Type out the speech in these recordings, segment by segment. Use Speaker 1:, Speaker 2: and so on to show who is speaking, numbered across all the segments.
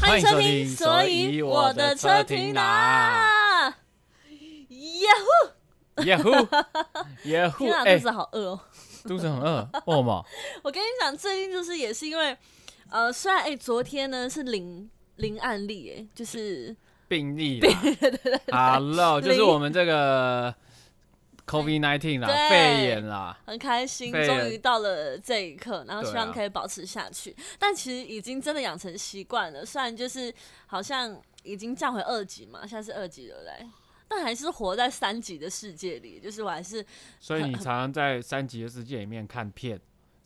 Speaker 1: 欢迎收听所以我的车停哪
Speaker 2: 耶
Speaker 1: 耶呼 耶
Speaker 2: 呼！
Speaker 1: 呼！
Speaker 2: 天哪，
Speaker 1: 哎
Speaker 2: 肚，子好饿哦！
Speaker 1: 肚子很饿，为什么？
Speaker 2: 我跟你讲，最近就是也是因为，呃，虽然哎、昨天呢是零零案例、哎，就是
Speaker 1: 病例啦，Hello，就是我们这个 COVID nineteen 啦，
Speaker 2: 对
Speaker 1: 肺炎啦，
Speaker 2: 很开心，
Speaker 1: 对
Speaker 2: 终于到了这一刻，然后希望
Speaker 1: 对啊
Speaker 2: 可以保持下去。
Speaker 1: 啊
Speaker 2: 但其实已经真的养成习惯了，虽然就是好像已经降回二级嘛，现在是二级了嘞，但还是活在三级的世界里，就是我还是
Speaker 1: 所以你常常在三级的世界里面看片，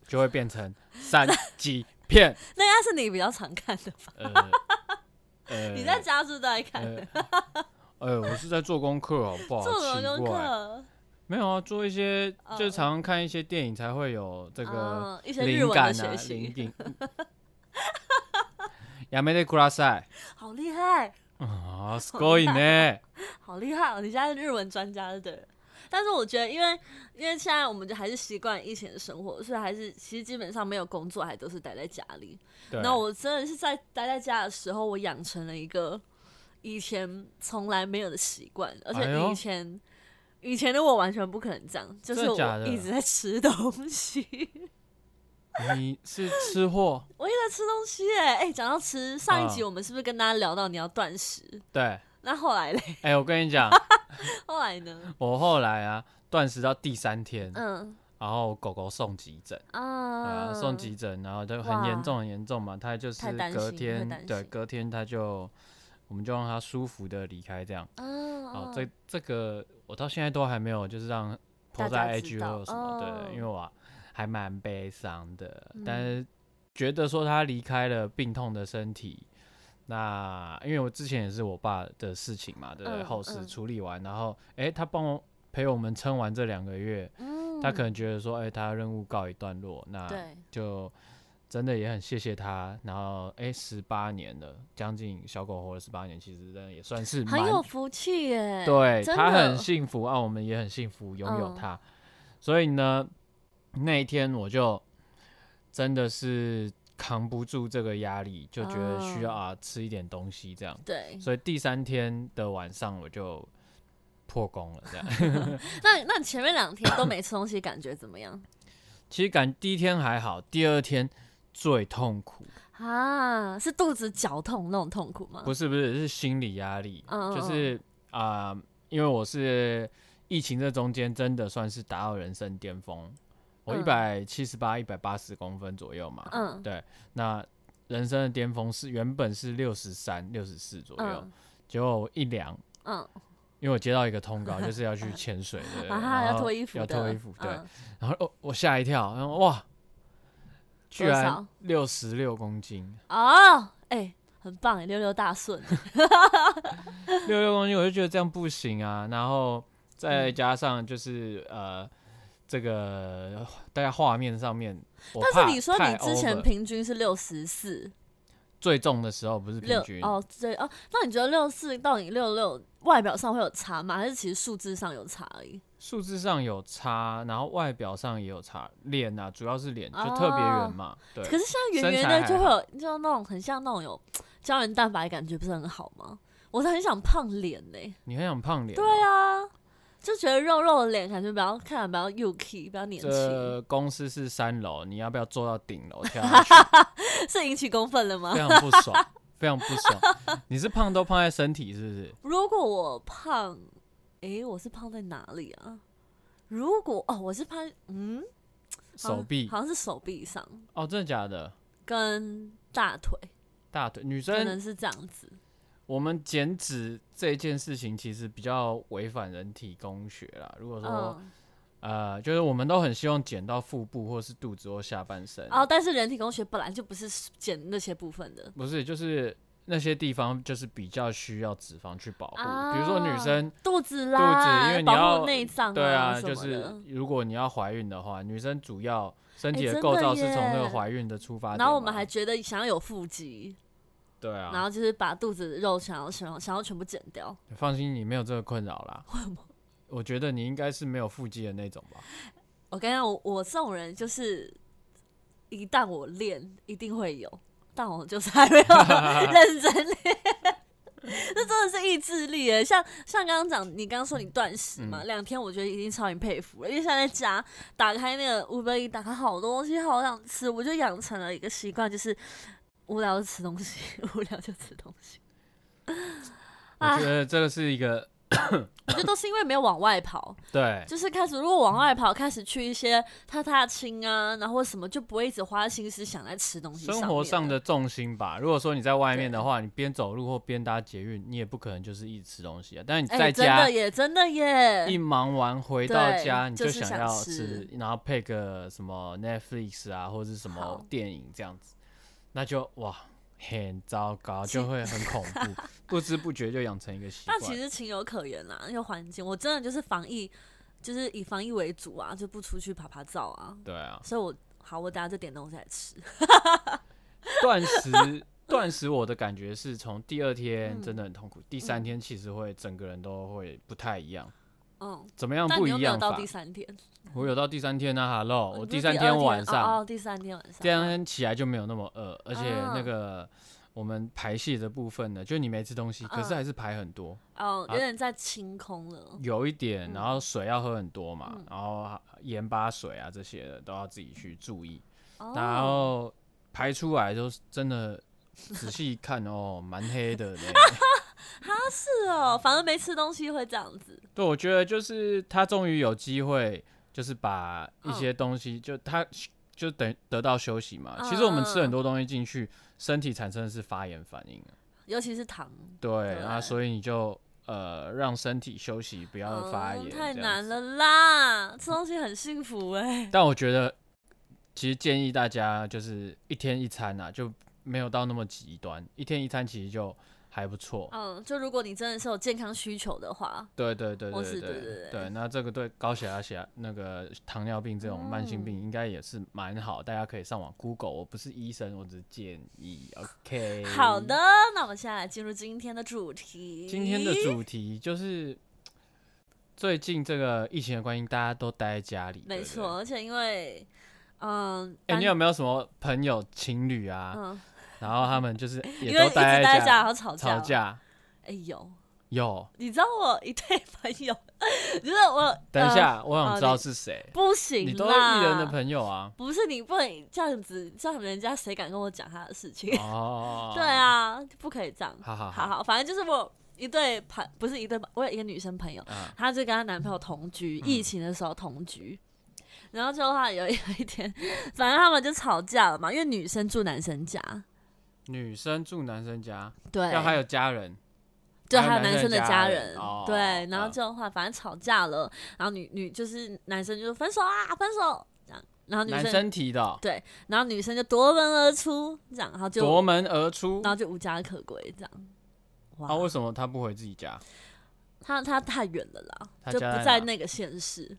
Speaker 1: 就会变成三级 片。
Speaker 2: 那应该是你比较常看的吧？
Speaker 1: 呃，呃
Speaker 2: 你在家是不是都在看的？
Speaker 1: 呃，呃，我是在做功课，好不好？
Speaker 2: 做什么
Speaker 1: 奇
Speaker 2: 功
Speaker 1: 怪，
Speaker 2: 课？
Speaker 1: 没有啊，做一些
Speaker 2: 哦
Speaker 1: 就常常看一些电影才会有这个
Speaker 2: 嗯一些日
Speaker 1: 灵
Speaker 2: 文的
Speaker 1: 感
Speaker 2: 学
Speaker 1: 啊，
Speaker 2: 习
Speaker 1: 灵感。 やめてください。
Speaker 2: 好厉害，
Speaker 1: 啊，すごいね。
Speaker 2: 好厉害、哦！你现在是日文专家对了。但是我觉得，因为因为现在我们就还是习惯疫情的生活，所以还是其实基本上没有工作，还都是待在家里。
Speaker 1: 对，
Speaker 2: 那我真的是在待在家的时候，我养成了一个以前从来没有的习惯，而
Speaker 1: 哎呦
Speaker 2: 且以前、以前的我完全不可能这样，就是
Speaker 1: 真的假
Speaker 2: 我
Speaker 1: 的
Speaker 2: 一直在吃东西，
Speaker 1: 你是吃货，
Speaker 2: 我一直在吃东西耶、哎、讲到吃，上一集
Speaker 1: 啊
Speaker 2: 我们是不是跟大家聊到你要断食？
Speaker 1: 对，哎、
Speaker 2: 那后来嘞？
Speaker 1: 我跟 你讲，
Speaker 2: 后来呢？
Speaker 1: 我后来啊，断食到第三天，
Speaker 2: 嗯
Speaker 1: 然后狗狗送急诊，啊、
Speaker 2: 啊，
Speaker 1: 送急诊，然后就很
Speaker 2: 哇
Speaker 1: 严重，很严重嘛，它就是
Speaker 2: 太担心
Speaker 1: 隔
Speaker 2: 会担
Speaker 1: 天，
Speaker 2: 心
Speaker 1: 对，隔天它就，我们就让它舒服的离开这样。
Speaker 2: 啊，
Speaker 1: 哦
Speaker 2: 哦，
Speaker 1: 这这个我到现在都还没有，就是让抛在
Speaker 2: 大家
Speaker 1: IG
Speaker 2: 知道
Speaker 1: 或什么
Speaker 2: 哦
Speaker 1: 的，因为我还蛮悲伤的，
Speaker 2: 嗯
Speaker 1: 但是觉得说他离开了病痛的身体，那因为我之前也是我爸的事情嘛，对不对？
Speaker 2: 嗯
Speaker 1: 后事
Speaker 2: 嗯
Speaker 1: 处理完，然后诶，他帮我陪我们撑完这两个月，
Speaker 2: 嗯
Speaker 1: 他可能觉得说，诶，他任务告一段落，那
Speaker 2: 对，
Speaker 1: 就真的也很谢谢他。然后诶，十八年了，将近小狗活了十八年，其实真的也算是
Speaker 2: 很
Speaker 1: 蛮
Speaker 2: 有福气耶，
Speaker 1: 对
Speaker 2: 真
Speaker 1: 他
Speaker 2: 的
Speaker 1: 很幸福啊，我们也很幸福拥有
Speaker 2: 嗯
Speaker 1: 他。所以呢，那一天我就真的是扛不住这个压力，就觉得需要
Speaker 2: 哦
Speaker 1: 啊、吃一点东西这样。
Speaker 2: 对。
Speaker 1: 所以第三天的晚上我就破功了，这样。
Speaker 2: 那那前面两天都没吃东西，感觉怎么样
Speaker 1: 其实感第一天还好，第二天最痛苦，
Speaker 2: 啊？是肚子绞痛那种痛苦吗？
Speaker 1: 不是不是是心理压力，
Speaker 2: 嗯
Speaker 1: 就
Speaker 2: 嗯
Speaker 1: 是啊、因为我是疫情这中间真的算是达到人生巅峰，我一
Speaker 2: 嗯
Speaker 1: 百七十八、一百八十公分左右嘛，
Speaker 2: 嗯
Speaker 1: 对，那人生的巅峰是原本是六十三、六十四左右，
Speaker 2: 嗯
Speaker 1: 结果我一量。
Speaker 2: 嗯
Speaker 1: 因为我接到一个通告，就是要去潜水对不对，
Speaker 2: 啊，
Speaker 1: 然
Speaker 2: 要
Speaker 1: 后
Speaker 2: 脱衣服
Speaker 1: 要
Speaker 2: 的，
Speaker 1: 脱衣服，对。
Speaker 2: 嗯
Speaker 1: 然后哦，我吓一跳，然后哇，居
Speaker 2: 多
Speaker 1: 然
Speaker 2: 少
Speaker 1: 六十六公斤，
Speaker 2: 哦，哎，很棒哎，六六大顺，
Speaker 1: 六六公斤，我就觉得这样不行啊。然后再
Speaker 2: 嗯
Speaker 1: 加上就是、呃，这个大家画面上面，我
Speaker 2: 但
Speaker 1: 怕
Speaker 2: 是你说
Speaker 1: 太
Speaker 2: 你之前
Speaker 1: over
Speaker 2: 平均是六十四
Speaker 1: 最重的时候不是平
Speaker 2: 六
Speaker 1: 均，
Speaker 2: 哦，对哦，那你觉得六四到你六六外表上会有差吗？还是其实数字上有差而已？
Speaker 1: 数字上有差，然后外表上也有差，脸啊，主要是脸就特别圆嘛，对
Speaker 2: 哦可，是像圆圆
Speaker 1: 身
Speaker 2: 的
Speaker 1: 材还
Speaker 2: 就会有，就那种很像那种有胶原蛋白的感觉，不是很好吗？我是很想胖脸呢、
Speaker 1: 你很想胖脸、
Speaker 2: 对，啊，就觉得肉肉的脸感觉比较看起来比较幼气，比较年轻，
Speaker 1: 这公司是三楼，你要不要坐到顶楼跳下去？
Speaker 2: 是引起公愤了吗
Speaker 1: 非？常不爽，非常不爽。你是胖都胖在身体是不是？
Speaker 2: 如果我胖，诶、我是胖在哪里啊？如果哦，我是胖，嗯，好像
Speaker 1: 手臂
Speaker 2: 好像是手臂上
Speaker 1: 哦，真的假的？
Speaker 2: 跟大腿，
Speaker 1: 大腿女
Speaker 2: 可
Speaker 1: 生
Speaker 2: 能是这样子。
Speaker 1: 我们减脂这件事情其实比较违反人体工学啦。如果说、
Speaker 2: 嗯，
Speaker 1: 呃，就是我们都很希望减到腹部或是肚子或下半身，
Speaker 2: 哦，但是人体工学本来就不是减那些部分的，
Speaker 1: 不是就是那些地方就是比较需要脂肪去保护。
Speaker 2: 啊
Speaker 1: 比如说女生，
Speaker 2: 肚子啦，
Speaker 1: 肚子因为你
Speaker 2: 保
Speaker 1: 要
Speaker 2: 护内脏
Speaker 1: 对啊，
Speaker 2: 什么
Speaker 1: 就
Speaker 2: 的嗯
Speaker 1: 是如果你要怀孕的话，女生主要身体
Speaker 2: 哎
Speaker 1: 的
Speaker 2: 真
Speaker 1: 构
Speaker 2: 的
Speaker 1: 造是从那
Speaker 2: 耶
Speaker 1: 个怀孕的出发点嘛。
Speaker 2: 然后我们还觉得想要有腹肌，
Speaker 1: 对啊，
Speaker 2: 然后就是把肚子的肉想要想要想要全部剪掉。
Speaker 1: 放心，你没有这个困扰啦。我觉得你应该是没有腹肌的那种吧？
Speaker 2: 我跟你讲，我我这种人就是，一旦我练一定会有，但我就是还没有认真练。这真的是意志力诶，像像刚刚讲，你刚刚说你断食嘛，两、天我觉得已经超你佩服了，因为现在在家打开那个 Uber E，打开好多东西，好想吃，我就养成了一个习惯，就是无聊就吃东西， 无聊就吃东西。
Speaker 1: 我
Speaker 2: 啊
Speaker 1: 觉得这个是一个
Speaker 2: 我觉得都是因为没有往外跑，
Speaker 1: 对，
Speaker 2: 就是开始，如果往外跑，开始去一些踏踏青啊，然后什么，就不会一直花心思想在吃东西
Speaker 1: 生活上
Speaker 2: 上面了
Speaker 1: 的重心吧。如果说你在外面的话，你边走路或边搭捷运，你也不可能就是一直吃东西啊。但是你
Speaker 2: 哎、
Speaker 1: 在
Speaker 2: 真
Speaker 1: 家
Speaker 2: 的耶，真的耶
Speaker 1: 一，忙完回到
Speaker 2: 对
Speaker 1: 家，你
Speaker 2: 就是
Speaker 1: 想
Speaker 2: 想
Speaker 1: 要
Speaker 2: 吃
Speaker 1: 吃，然后配个什么 Netflix 啊，或者是什么
Speaker 2: 好
Speaker 1: 电影这样子，那就哇很糟糕，
Speaker 2: 其
Speaker 1: 就会很恐怖，不知不觉就养成一个习
Speaker 2: 那其
Speaker 1: 惯。
Speaker 2: 实情有可原啦、那个环境，我真的就是防疫，就是以防疫为主啊，就不出去爬爬照啊。
Speaker 1: 对啊，
Speaker 2: 所以我好，我等下就点东西来吃。
Speaker 1: 断食断食，我的感觉是从第二天
Speaker 2: 嗯
Speaker 1: 真的很痛苦，第三天其实会整个人都会不太一样。
Speaker 2: 嗯，
Speaker 1: 怎么样
Speaker 2: 但
Speaker 1: 不
Speaker 2: 你又
Speaker 1: 一
Speaker 2: 没有
Speaker 1: 样
Speaker 2: 到
Speaker 1: 法
Speaker 2: 第？三天，
Speaker 1: 我有到第三天呢、哈 h e l l o 我
Speaker 2: 哦你不
Speaker 1: 第
Speaker 2: 是
Speaker 1: 三
Speaker 2: 第二天
Speaker 1: 晚上，
Speaker 2: 哦哦，第三天晚上，
Speaker 1: 第二天起来就没有那么饿，而且
Speaker 2: 啊
Speaker 1: 那个我们排泄的部分呢，就你没吃东西，可是还是排很多，
Speaker 2: 哦，
Speaker 1: 啊
Speaker 2: 有点在清空了。
Speaker 1: 有一点，
Speaker 2: 嗯
Speaker 1: 然后水要喝很多嘛
Speaker 2: 嗯，
Speaker 1: 然后盐巴水啊这些的都要自己去注意，然
Speaker 2: 哦，
Speaker 1: 后排出来都是真的仔细看哦，蛮 黑的嘞。
Speaker 2: 是哦，反而没吃东西会这样子。
Speaker 1: 对，我觉得就是他终于有机会，就是把一
Speaker 2: 嗯
Speaker 1: 些东西，就他就等得到休息嘛。其实我们
Speaker 2: 嗯
Speaker 1: 吃很多东西进去，身体产生的是发炎反应啊。
Speaker 2: 尤其是糖，
Speaker 1: 对啊，
Speaker 2: 对
Speaker 1: 所以你就呃让身体休息，不要发炎、
Speaker 2: 嗯，太
Speaker 1: 这样
Speaker 2: 难
Speaker 1: 子。
Speaker 2: 了啦！吃东西很幸福哎、
Speaker 1: 但我觉得，其实建议大家就是一天一餐啊，就没有到那么极端，一天一餐其实就还不错。
Speaker 2: 嗯，就如果你真的是有健康需求的话，
Speaker 1: 对对对
Speaker 2: 我
Speaker 1: 对
Speaker 2: 是对对
Speaker 1: 对
Speaker 2: 对
Speaker 1: 对，那这个对高血压、血压那个糖尿病这种慢性病
Speaker 2: 嗯
Speaker 1: 应该也是蛮好，大家可以上网 Google。我不是医生，我只是建议。OK，
Speaker 2: 好的。，那我们现在来进入今天的主题。
Speaker 1: 今天的主题就是最近这个疫情的关系，大家都待在家里。对
Speaker 2: 没
Speaker 1: 不对
Speaker 2: 错，。而且因为嗯，
Speaker 1: 哎、
Speaker 2: 反
Speaker 1: 你有没有什么朋友情侣啊？
Speaker 2: 嗯，
Speaker 1: 然后他 们就是也
Speaker 2: 因为一
Speaker 1: 都
Speaker 2: 直待在
Speaker 1: 家
Speaker 2: 然后吵
Speaker 1: 吵
Speaker 2: 架。
Speaker 1: 架。
Speaker 2: 哎呦，
Speaker 1: 有，
Speaker 2: 你知道我一对朋友，就是我
Speaker 1: 等一，
Speaker 2: 呃
Speaker 1: 下，我想
Speaker 2: 哦
Speaker 1: 知道
Speaker 2: 你
Speaker 1: 是谁。
Speaker 2: 不行啦，？
Speaker 1: 你都艺人的朋友啊
Speaker 2: 不是你不能这样子，这样人家谁敢跟我讲他的事情？
Speaker 1: 哦，
Speaker 2: 对，啊，不可以这样。
Speaker 1: 好好
Speaker 2: 好
Speaker 1: 好，
Speaker 2: 好，反正就是我一对朋，不是一对朋，我有一个女生朋友，
Speaker 1: 嗯
Speaker 2: 她就跟她男朋友同居，疫情的时候同居。然后就话有有一天，反正他们就吵架了嘛，因为女生住男生家，
Speaker 1: 女生住男生家，
Speaker 2: 对，
Speaker 1: 要还有家人，
Speaker 2: 就
Speaker 1: 还有
Speaker 2: 还有
Speaker 1: 男
Speaker 2: 男
Speaker 1: 生
Speaker 2: 生
Speaker 1: 的
Speaker 2: 的
Speaker 1: 家
Speaker 2: 家
Speaker 1: 人
Speaker 2: 人，
Speaker 1: 哦
Speaker 2: 对，然后
Speaker 1: 嗯
Speaker 2: 就话反正吵架了，然后女女就是男生就分手啊，分手这样，然后女
Speaker 1: 男
Speaker 2: 生
Speaker 1: 生提的哦、
Speaker 2: 然后女生就夺门而出，这样，然后就
Speaker 1: 夺门而出
Speaker 2: 然。后就无家可归这样。哇，
Speaker 1: 啊，为什么他不回自 己家？
Speaker 2: 他他太远了啦，
Speaker 1: 他
Speaker 2: 就
Speaker 1: 家在
Speaker 2: 不
Speaker 1: 哪
Speaker 2: 那个县市。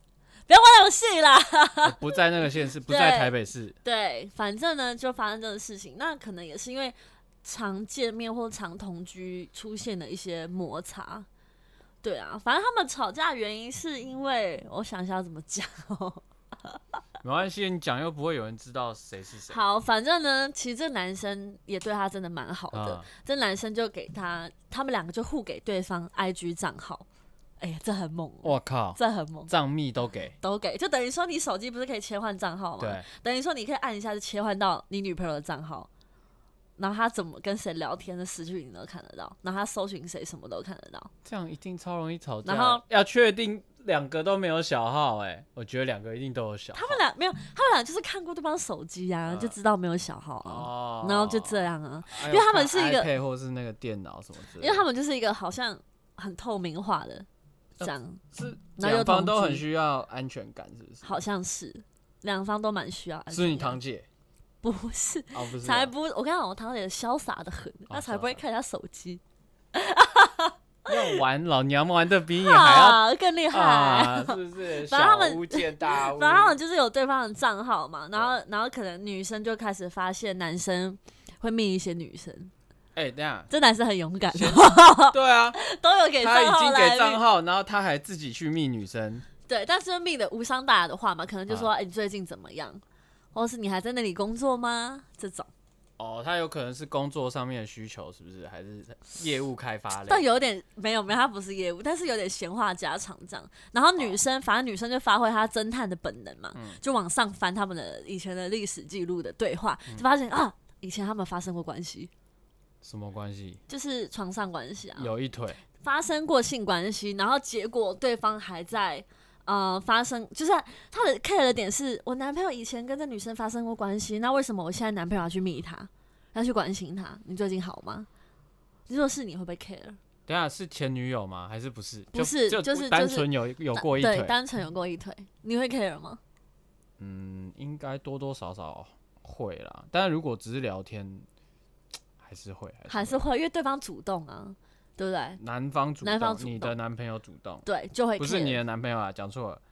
Speaker 2: 不要玩游戏啦！
Speaker 1: 哦不在那个县市，不
Speaker 2: 对
Speaker 1: 在台北市，
Speaker 2: 对，反正呢就发生这个事情，那可能也是因为常见面或常同居出现的一些摩擦。对啊，反正他们吵架的原因是因为我想一下要怎么讲哦。
Speaker 1: 没关系，你讲又不会有人知道谁是谁。
Speaker 2: 好，反正呢，其实这男生也对他真的蛮好的，
Speaker 1: 啊，
Speaker 2: 这男生就给他，他们两个就互给对方 IG 账号。哎、呀，这很猛哦，
Speaker 1: 我靠，
Speaker 2: 这很猛，
Speaker 1: 账密都给，
Speaker 2: 都给，就等于说你手机不是可以切换账号吗？
Speaker 1: 对，
Speaker 2: 等于说你可以按一下就切换到你女朋友的账号，然后她怎么跟谁聊天的私讯你都看得到，然后她搜寻谁什么都看得到。
Speaker 1: 这样一定超容易吵架。
Speaker 2: 然后
Speaker 1: 要确定两个都没有小号、哎，我觉得两个一定都有小号。
Speaker 2: 他们俩没有，他们俩就是看过对方手机啊，
Speaker 1: 嗯
Speaker 2: 就知道没有小号啊，
Speaker 1: 哦
Speaker 2: 然后就这样啊，
Speaker 1: 哎呦，
Speaker 2: 因为他们是一个
Speaker 1: 看 iPad 或是那个电脑什么之类的，
Speaker 2: 因为他们就是一个好像很透明化的这样，
Speaker 1: 是
Speaker 2: 然后又
Speaker 1: 两方都
Speaker 2: 同居
Speaker 1: 很需要安全感，是不是？
Speaker 2: 好像是两方都蛮需要安全
Speaker 1: 是
Speaker 2: 感。
Speaker 1: 你堂姐
Speaker 2: 不是，
Speaker 1: 哦，不是啊，哦
Speaker 2: 才不，我跟你讲，我堂姐潇洒的很，她才不会
Speaker 1: 潇洒
Speaker 2: 看人家手机，
Speaker 1: 要玩老娘玩的比你还 要
Speaker 2: 啊，更厉害。
Speaker 1: 啊，是不 是？
Speaker 2: 反正他
Speaker 1: 小
Speaker 2: 们
Speaker 1: 巫见大巫。
Speaker 2: 然后他们就是有对方的账
Speaker 1: 嗯
Speaker 2: 号嘛，然后然后可能女生就开始发现男生会密一些女生，
Speaker 1: 哎、等一下，
Speaker 2: 这男生很勇敢，
Speaker 1: 对啊，
Speaker 2: 都有给
Speaker 1: 他
Speaker 2: 哎账
Speaker 1: 已
Speaker 2: 号
Speaker 1: 经
Speaker 2: 来
Speaker 1: 给
Speaker 2: 密
Speaker 1: 账号，然后他还自己去密女生，
Speaker 2: 对，但是命的无伤大雅的话嘛，可能就
Speaker 1: 啊
Speaker 2: 说：“哎、你最近怎么样？或是你还在那里工作吗？”这种，
Speaker 1: 哦，他有可能是工作上面的需求，是不是？还是业务开发
Speaker 2: 但
Speaker 1: 类？
Speaker 2: 有点没有没有，他不是业务，但是有点闲话家常这样。然后女生，反正女生就发挥她侦探的本能嘛，
Speaker 1: 嗯
Speaker 2: 就往上翻他们的以前的历史记录的对话，
Speaker 1: 嗯
Speaker 2: 就发现、啊，以前他们发生过关系，
Speaker 1: 什么关系？
Speaker 2: 就是床上关系啊，
Speaker 1: 有一腿，
Speaker 2: 发生过性关系，然后结果对方还在。呃，发生就是他的 care 的点是我男朋友以前跟这女生发生过关系，那为什么我现在男朋友要去密她，要去关心她？你最近好吗？如果是你会不会 care？
Speaker 1: 等一下是前女友吗？还是不是？
Speaker 2: 不是
Speaker 1: 就
Speaker 2: 就是
Speaker 1: 单
Speaker 2: 就
Speaker 1: 纯有有过一
Speaker 2: 对，
Speaker 1: 腿，
Speaker 2: 单纯有过一腿，你会 care 吗？
Speaker 1: 嗯，应该多多少少会啦。但如果只是聊天，还是会，
Speaker 2: 还
Speaker 1: 是
Speaker 2: 是
Speaker 1: 会
Speaker 2: 会，因为对方主动啊，对不对？
Speaker 1: 男方主动，
Speaker 2: 男方主
Speaker 1: 你
Speaker 2: 动
Speaker 1: 的男朋友主动，
Speaker 2: 对，就会 care
Speaker 1: 不是你的男朋友啊，讲错了，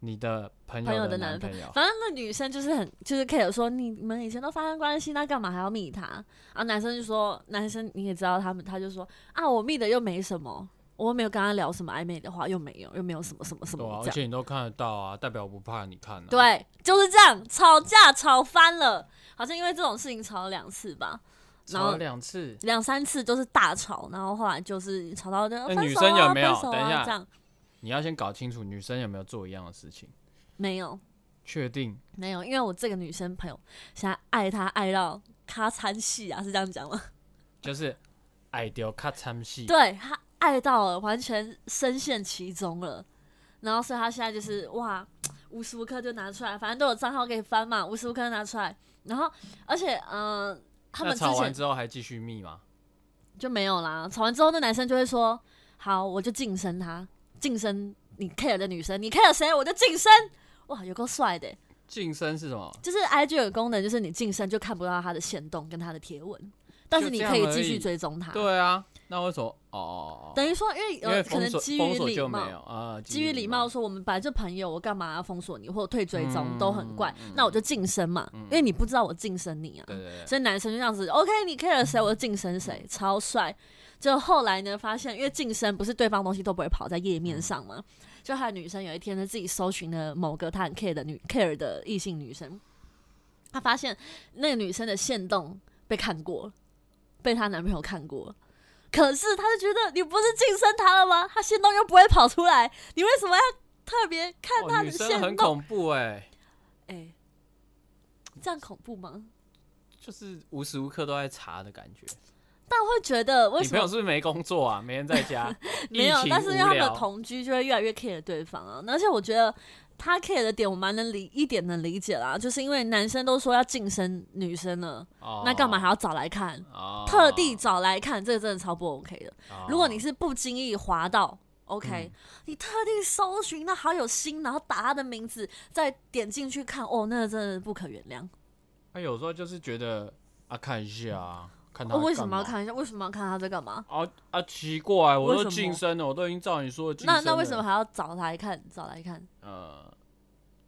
Speaker 1: 你的朋
Speaker 2: 朋友
Speaker 1: 友
Speaker 2: 的
Speaker 1: 男
Speaker 2: 男
Speaker 1: 朋友。
Speaker 2: 反正那女生就是很就是 care 说你们以前都发生关系，那干嘛还要密他？啊，男生就说男生你也知道他们，他就说啊，我密的又没什么，我没有跟他聊什么暧昧的话，又没有，又没有什么什么什
Speaker 1: 对啊，
Speaker 2: 么
Speaker 1: 而
Speaker 2: 这样。
Speaker 1: 且你都看得到啊，代表我不怕你看、啊。，
Speaker 2: 对，就是这样，吵架吵翻了，好像因为这种事情吵了两次吧，然
Speaker 1: 吵
Speaker 2: 后
Speaker 1: 了两次。
Speaker 2: 两三次都是大吵，然后后来就是吵到就
Speaker 1: 那
Speaker 2: 分手啊，
Speaker 1: 女生有没有
Speaker 2: 分手
Speaker 1: 等一
Speaker 2: 啊
Speaker 1: 下
Speaker 2: 这样
Speaker 1: 你要先搞清楚女生有没有做一样的事情，
Speaker 2: 没有，
Speaker 1: 确定
Speaker 2: 没有，因为我这个女生朋友现在爱她爱到咔参戏啊，是这样讲吗？
Speaker 1: 就是爱丢卡参戏。
Speaker 2: 对啊她爱到了，完全深陷其中了。然后所以她现在就是
Speaker 1: 嗯
Speaker 2: 哇，无时无刻就拿出来，反正都有账号可以翻嘛，无时无刻拿出来。然后而且嗯、呃他
Speaker 1: 那
Speaker 2: 们之
Speaker 1: 吵完
Speaker 2: 前
Speaker 1: 之后还继续密吗？
Speaker 2: 就没有啦。吵完之后，那男生就会说：“好，我就晋升她，晋升你 care 的女生，你 care 谁我就晋升。”哇，有够帅的欸、
Speaker 1: 晋升是什么？
Speaker 2: 就是 IG 有个功能，就是你晋升就看不到他的线动跟他的贴文，但是你可以继续追踪他。
Speaker 1: 对啊，那为什么？哦哦哦哦，
Speaker 2: 等于说，因为呃
Speaker 1: 因为
Speaker 2: 有可
Speaker 1: 封
Speaker 2: 能
Speaker 1: 锁
Speaker 2: 基
Speaker 1: 封
Speaker 2: 于
Speaker 1: 锁
Speaker 2: 礼
Speaker 1: 就没有
Speaker 2: 貌，
Speaker 1: 啊，
Speaker 2: 基于礼貌说我们本来就朋友，我干嘛要封锁你或退追踪
Speaker 1: 嗯
Speaker 2: 都很怪
Speaker 1: 嗯。
Speaker 2: 那我就晋升嘛，因为你不知道我晋升你啊。
Speaker 1: 对对对，
Speaker 2: 所以男生就这样子，OK，你 care 谁，我就晋升谁，超帅。就后来呢，发现因为晋升不是对方东西都不会跑在页面上嘛，就还有女生有一天呢，自己搜寻了某个她很 care 的女 care 的异性女生，她发现那个女生的线动被看过了，被她男朋友看过了。可是她就觉得你不是晋升她了吗？她线动又不会跑出来，你为什么要特别看
Speaker 1: 哦
Speaker 2: 她
Speaker 1: 女
Speaker 2: 的
Speaker 1: 生
Speaker 2: 线
Speaker 1: 很
Speaker 2: 动？
Speaker 1: 恐怖哎、
Speaker 2: 哎、这样恐怖吗？
Speaker 1: 就是无时无刻都在查的感觉。
Speaker 2: 但会觉得为
Speaker 1: 你
Speaker 2: 什
Speaker 1: 朋
Speaker 2: 么
Speaker 1: 友是不是没工作啊？每天在家，
Speaker 2: 没有
Speaker 1: 疫，情
Speaker 2: 但是因为
Speaker 1: 无
Speaker 2: 他们
Speaker 1: 聊
Speaker 2: 同居就会越来越 care 对方啊。而且我觉得他 care 的点，我蛮能理一点能理解啦，就是因为男生都说要晋升女生了，
Speaker 1: 哦
Speaker 2: 那干嘛还要找来看？
Speaker 1: 哦
Speaker 2: 特地找来看，这个真的超不 OK 的。
Speaker 1: 哦嗯
Speaker 2: 如果你是不经意滑到。OK，、你特地搜寻到好友新，然后打他的名字，再点进去看，哦，那个真的不可原谅。
Speaker 1: 他有时候就是觉得啊，看一下啊，看他
Speaker 2: 哦、为什么要
Speaker 1: 干嘛？
Speaker 2: 看一下？为什么要看他在干嘛？
Speaker 1: 啊啊，奇怪，我
Speaker 2: 为
Speaker 1: 都
Speaker 2: 什么
Speaker 1: 晋升了，我都已经照你说的晋升
Speaker 2: 那
Speaker 1: 了。
Speaker 2: 那为什么还要找来看？找来看？
Speaker 1: 呃，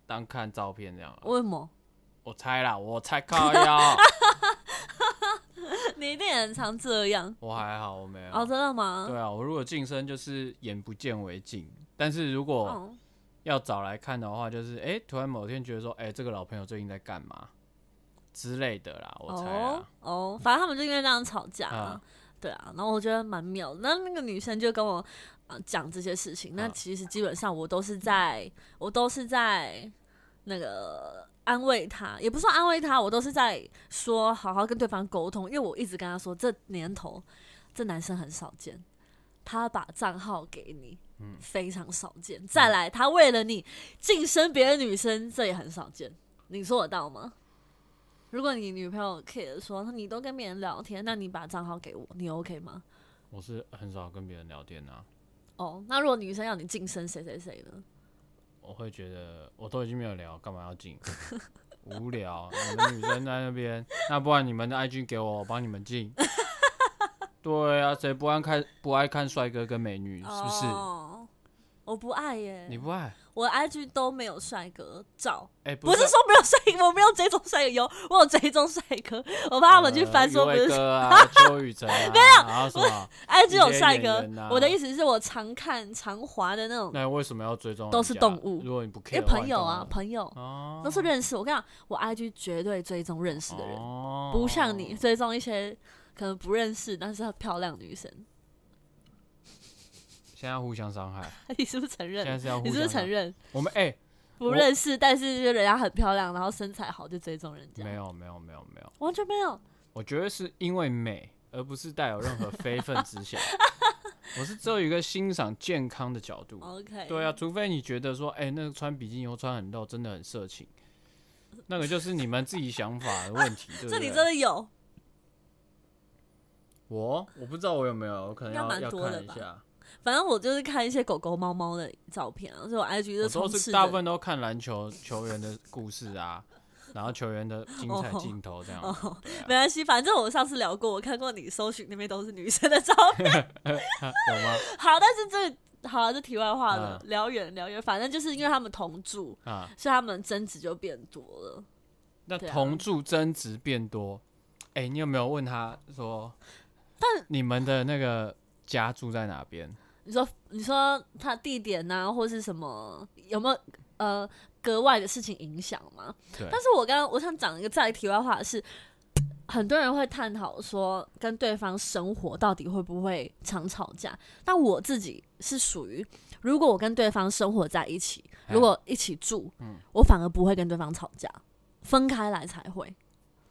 Speaker 1: 当看照片这样啊。我
Speaker 2: 为什么？
Speaker 1: 我猜啦，我猜靠腰，
Speaker 2: 你一定也很常这样。
Speaker 1: 我还好，我没有。
Speaker 2: 哦，真的吗？
Speaker 1: 对啊，我如果晋升就是眼不见为净，但是如果
Speaker 2: 嗯，
Speaker 1: 要找来看的话，就是哎、诶突然某天觉得说，哎、这个老朋友最近在干嘛之类的啦，我猜啊
Speaker 2: 哦
Speaker 1: 啦。
Speaker 2: 哦，反正他们就因为这样吵架、啊
Speaker 1: 啊，
Speaker 2: 对啊，然后我觉得蛮妙的。那那个女生就跟我啊讲、这些事情，那
Speaker 1: 啊
Speaker 2: 其实基本上我都是在，我都是在那个安慰她，也不是说安慰她，我都是在说好好跟对方沟通，因为我一直跟她说，这年头这男生很少见，他把账号给你。
Speaker 1: 嗯
Speaker 2: 非常少见。再来，他为了你晋升别的女生，这也很少见。你说得到吗？如果你女朋友 care 说你都跟别人聊天，那你把账号给我，你 OK 吗？
Speaker 1: 我是很少跟别人聊天啊，
Speaker 2: 哦，那如果女生要你晋升谁谁谁呢？
Speaker 1: 我会觉得我都已经没有聊，干嘛要进？ 无聊，你们女生在那边，那不然你们的 IG 给我，我帮你 们进。对啊，谁不爱看不爱看帅哥跟美女，是不是？
Speaker 2: 哦我不爱耶、
Speaker 1: 你不爱？
Speaker 2: 我 IG 都没有帅哥照，
Speaker 1: 哎、
Speaker 2: 不是说没有帅哥，我没有追踪帅哥，有我有追踪帅哥，我怕他们去翻说不
Speaker 1: 呃余
Speaker 2: 是
Speaker 1: 伟哥 啊，邱宇哲啊，没有，然后什么？
Speaker 2: IG 有帅
Speaker 1: 一些
Speaker 2: 哥
Speaker 1: 演员啊。
Speaker 2: 我的意思是我常看常滑的那种，
Speaker 1: 那为什么要追踪人家？
Speaker 2: 都是动物
Speaker 1: 如果你不 care，
Speaker 2: 因为
Speaker 1: 的话
Speaker 2: 朋友啊
Speaker 1: 你，干嘛
Speaker 2: 朋友
Speaker 1: 哦，
Speaker 2: 都是认识。我跟你讲，我 IG 绝对追踪认识的人，
Speaker 1: 哦
Speaker 2: 不像你追踪一些可能不认识但是她漂亮女生。
Speaker 1: 现在互相伤害，
Speaker 2: 你是不是承
Speaker 1: 现在
Speaker 2: 认？
Speaker 1: 是要互
Speaker 2: 你
Speaker 1: 相
Speaker 2: 是不是
Speaker 1: 伤
Speaker 2: 承认
Speaker 1: 害？我们哎、
Speaker 2: 不
Speaker 1: 我
Speaker 2: 认识，但是就人家很漂亮，然后身材好就追踪人家
Speaker 1: 没，有没有没有没有，
Speaker 2: 完全没有。
Speaker 1: 我觉得是因为美，而不是带有任何非分 之想。我是只有一个欣赏健康的角度。
Speaker 2: OK，
Speaker 1: 对啊，，除非你觉得说，哎、那个穿比基尼又穿很露，真的很色情，那个就是你们自己想法的问题，对不
Speaker 2: 这
Speaker 1: 对？
Speaker 2: 里真的有，
Speaker 1: 我我不知道我有没有，我可能
Speaker 2: 应该
Speaker 1: 要
Speaker 2: 蛮
Speaker 1: 要
Speaker 2: 多
Speaker 1: 看
Speaker 2: 的
Speaker 1: 一
Speaker 2: 吧
Speaker 1: 下。
Speaker 2: 反正我就是看一些狗狗、猫猫的照片啊，所以我 IG
Speaker 1: 我
Speaker 2: 就充
Speaker 1: 都
Speaker 2: 斥
Speaker 1: 是
Speaker 2: 着
Speaker 1: 大部分都看篮球球员的故事啊，然后球员的精彩
Speaker 2: 哦
Speaker 1: 镜头这样。
Speaker 2: 哦
Speaker 1: 对啊
Speaker 2: 没关系，反正我上次聊过，我看过你搜寻那边都是女生的照 片。
Speaker 1: 有吗？
Speaker 2: 好，但是这个好了，这题外话了，
Speaker 1: 嗯
Speaker 2: 聊远聊远，反正就是因为他们同住，
Speaker 1: 啊，
Speaker 2: 所以他们争执就变多了。
Speaker 1: 那
Speaker 2: 对啊
Speaker 1: 同住争执变多，哎、你有没有问他说？
Speaker 2: 但
Speaker 1: 你们的那个家住在哪边？
Speaker 2: 你说，你说他地点呐、或是什么，有没有呃格外的事情影响吗？
Speaker 1: 对，
Speaker 2: 但是我刚刚我想讲一个再题外话的是，很多人会探讨说跟对方生活到底会不会常吵架。但我自己是属于，如果我跟对方生活在一起，
Speaker 1: 哎
Speaker 2: 如果一起住，
Speaker 1: 嗯
Speaker 2: 我反而不会跟对方吵架，分开来才会。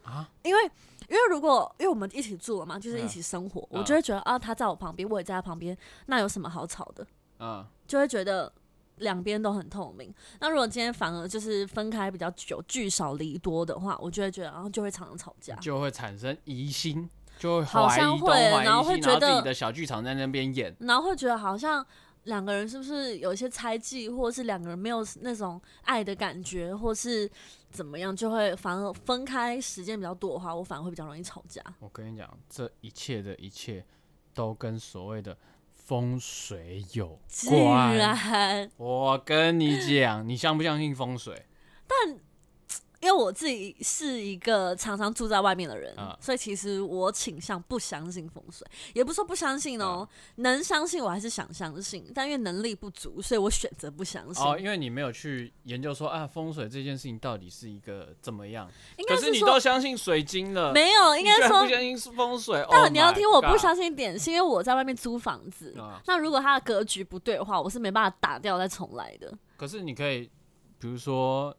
Speaker 1: 啊，
Speaker 2: 因为因为如果因为我们一起住了嘛，就是一
Speaker 1: 嗯
Speaker 2: 起生活，
Speaker 1: 嗯
Speaker 2: 我就会觉得啊，他在我旁边，我也在他旁边，那有什么好吵的？
Speaker 1: 嗯，
Speaker 2: 就会觉得两边都很透明。那如果今天反而就是分开比较久，聚少离多的话，我就会觉得，然后就会常常吵架。
Speaker 1: 就会产生疑心，就会
Speaker 2: 啊好
Speaker 1: 怀
Speaker 2: 像
Speaker 1: 疑东
Speaker 2: 会
Speaker 1: 怀疑
Speaker 2: 然后会
Speaker 1: 西，
Speaker 2: 觉
Speaker 1: 然后自己
Speaker 2: 得
Speaker 1: 的小剧场在那边演。
Speaker 2: 然后会觉得好像两个人是不是有一些猜忌，或者是两个人没有那种爱的感觉，或是怎么样，就会反而分开时间比较多的话，我反而会比较容易吵架。
Speaker 1: 我跟你讲，这一切的一切都跟所谓的风水有
Speaker 2: 居
Speaker 1: 关。
Speaker 2: 然，
Speaker 1: 我跟你讲，你相不相信风水？
Speaker 2: 因为我自己是一个常常住在外面的人，
Speaker 1: 啊
Speaker 2: 所以其实我倾向不相信风水，也不是说不相信
Speaker 1: 啊
Speaker 2: 哦，能相信我还是想相信，但因为能力不足，所以我选择不相信。
Speaker 1: 哦，因为你没有去研究说啊，风水这件事情到底是一个怎么样？
Speaker 2: 应该
Speaker 1: 可是你
Speaker 2: 说
Speaker 1: 都相信水晶了，
Speaker 2: 没有，应
Speaker 1: 你
Speaker 2: 该
Speaker 1: 居然
Speaker 2: 说
Speaker 1: 不，相信是风水。，Oh
Speaker 2: 但你要听我不
Speaker 1: 信
Speaker 2: 相信点，是因为我在外面租房子，
Speaker 1: 啊。
Speaker 2: 那如果它的格局不对的话，我是没办法打掉再重来的。
Speaker 1: 可是你可以，比如说，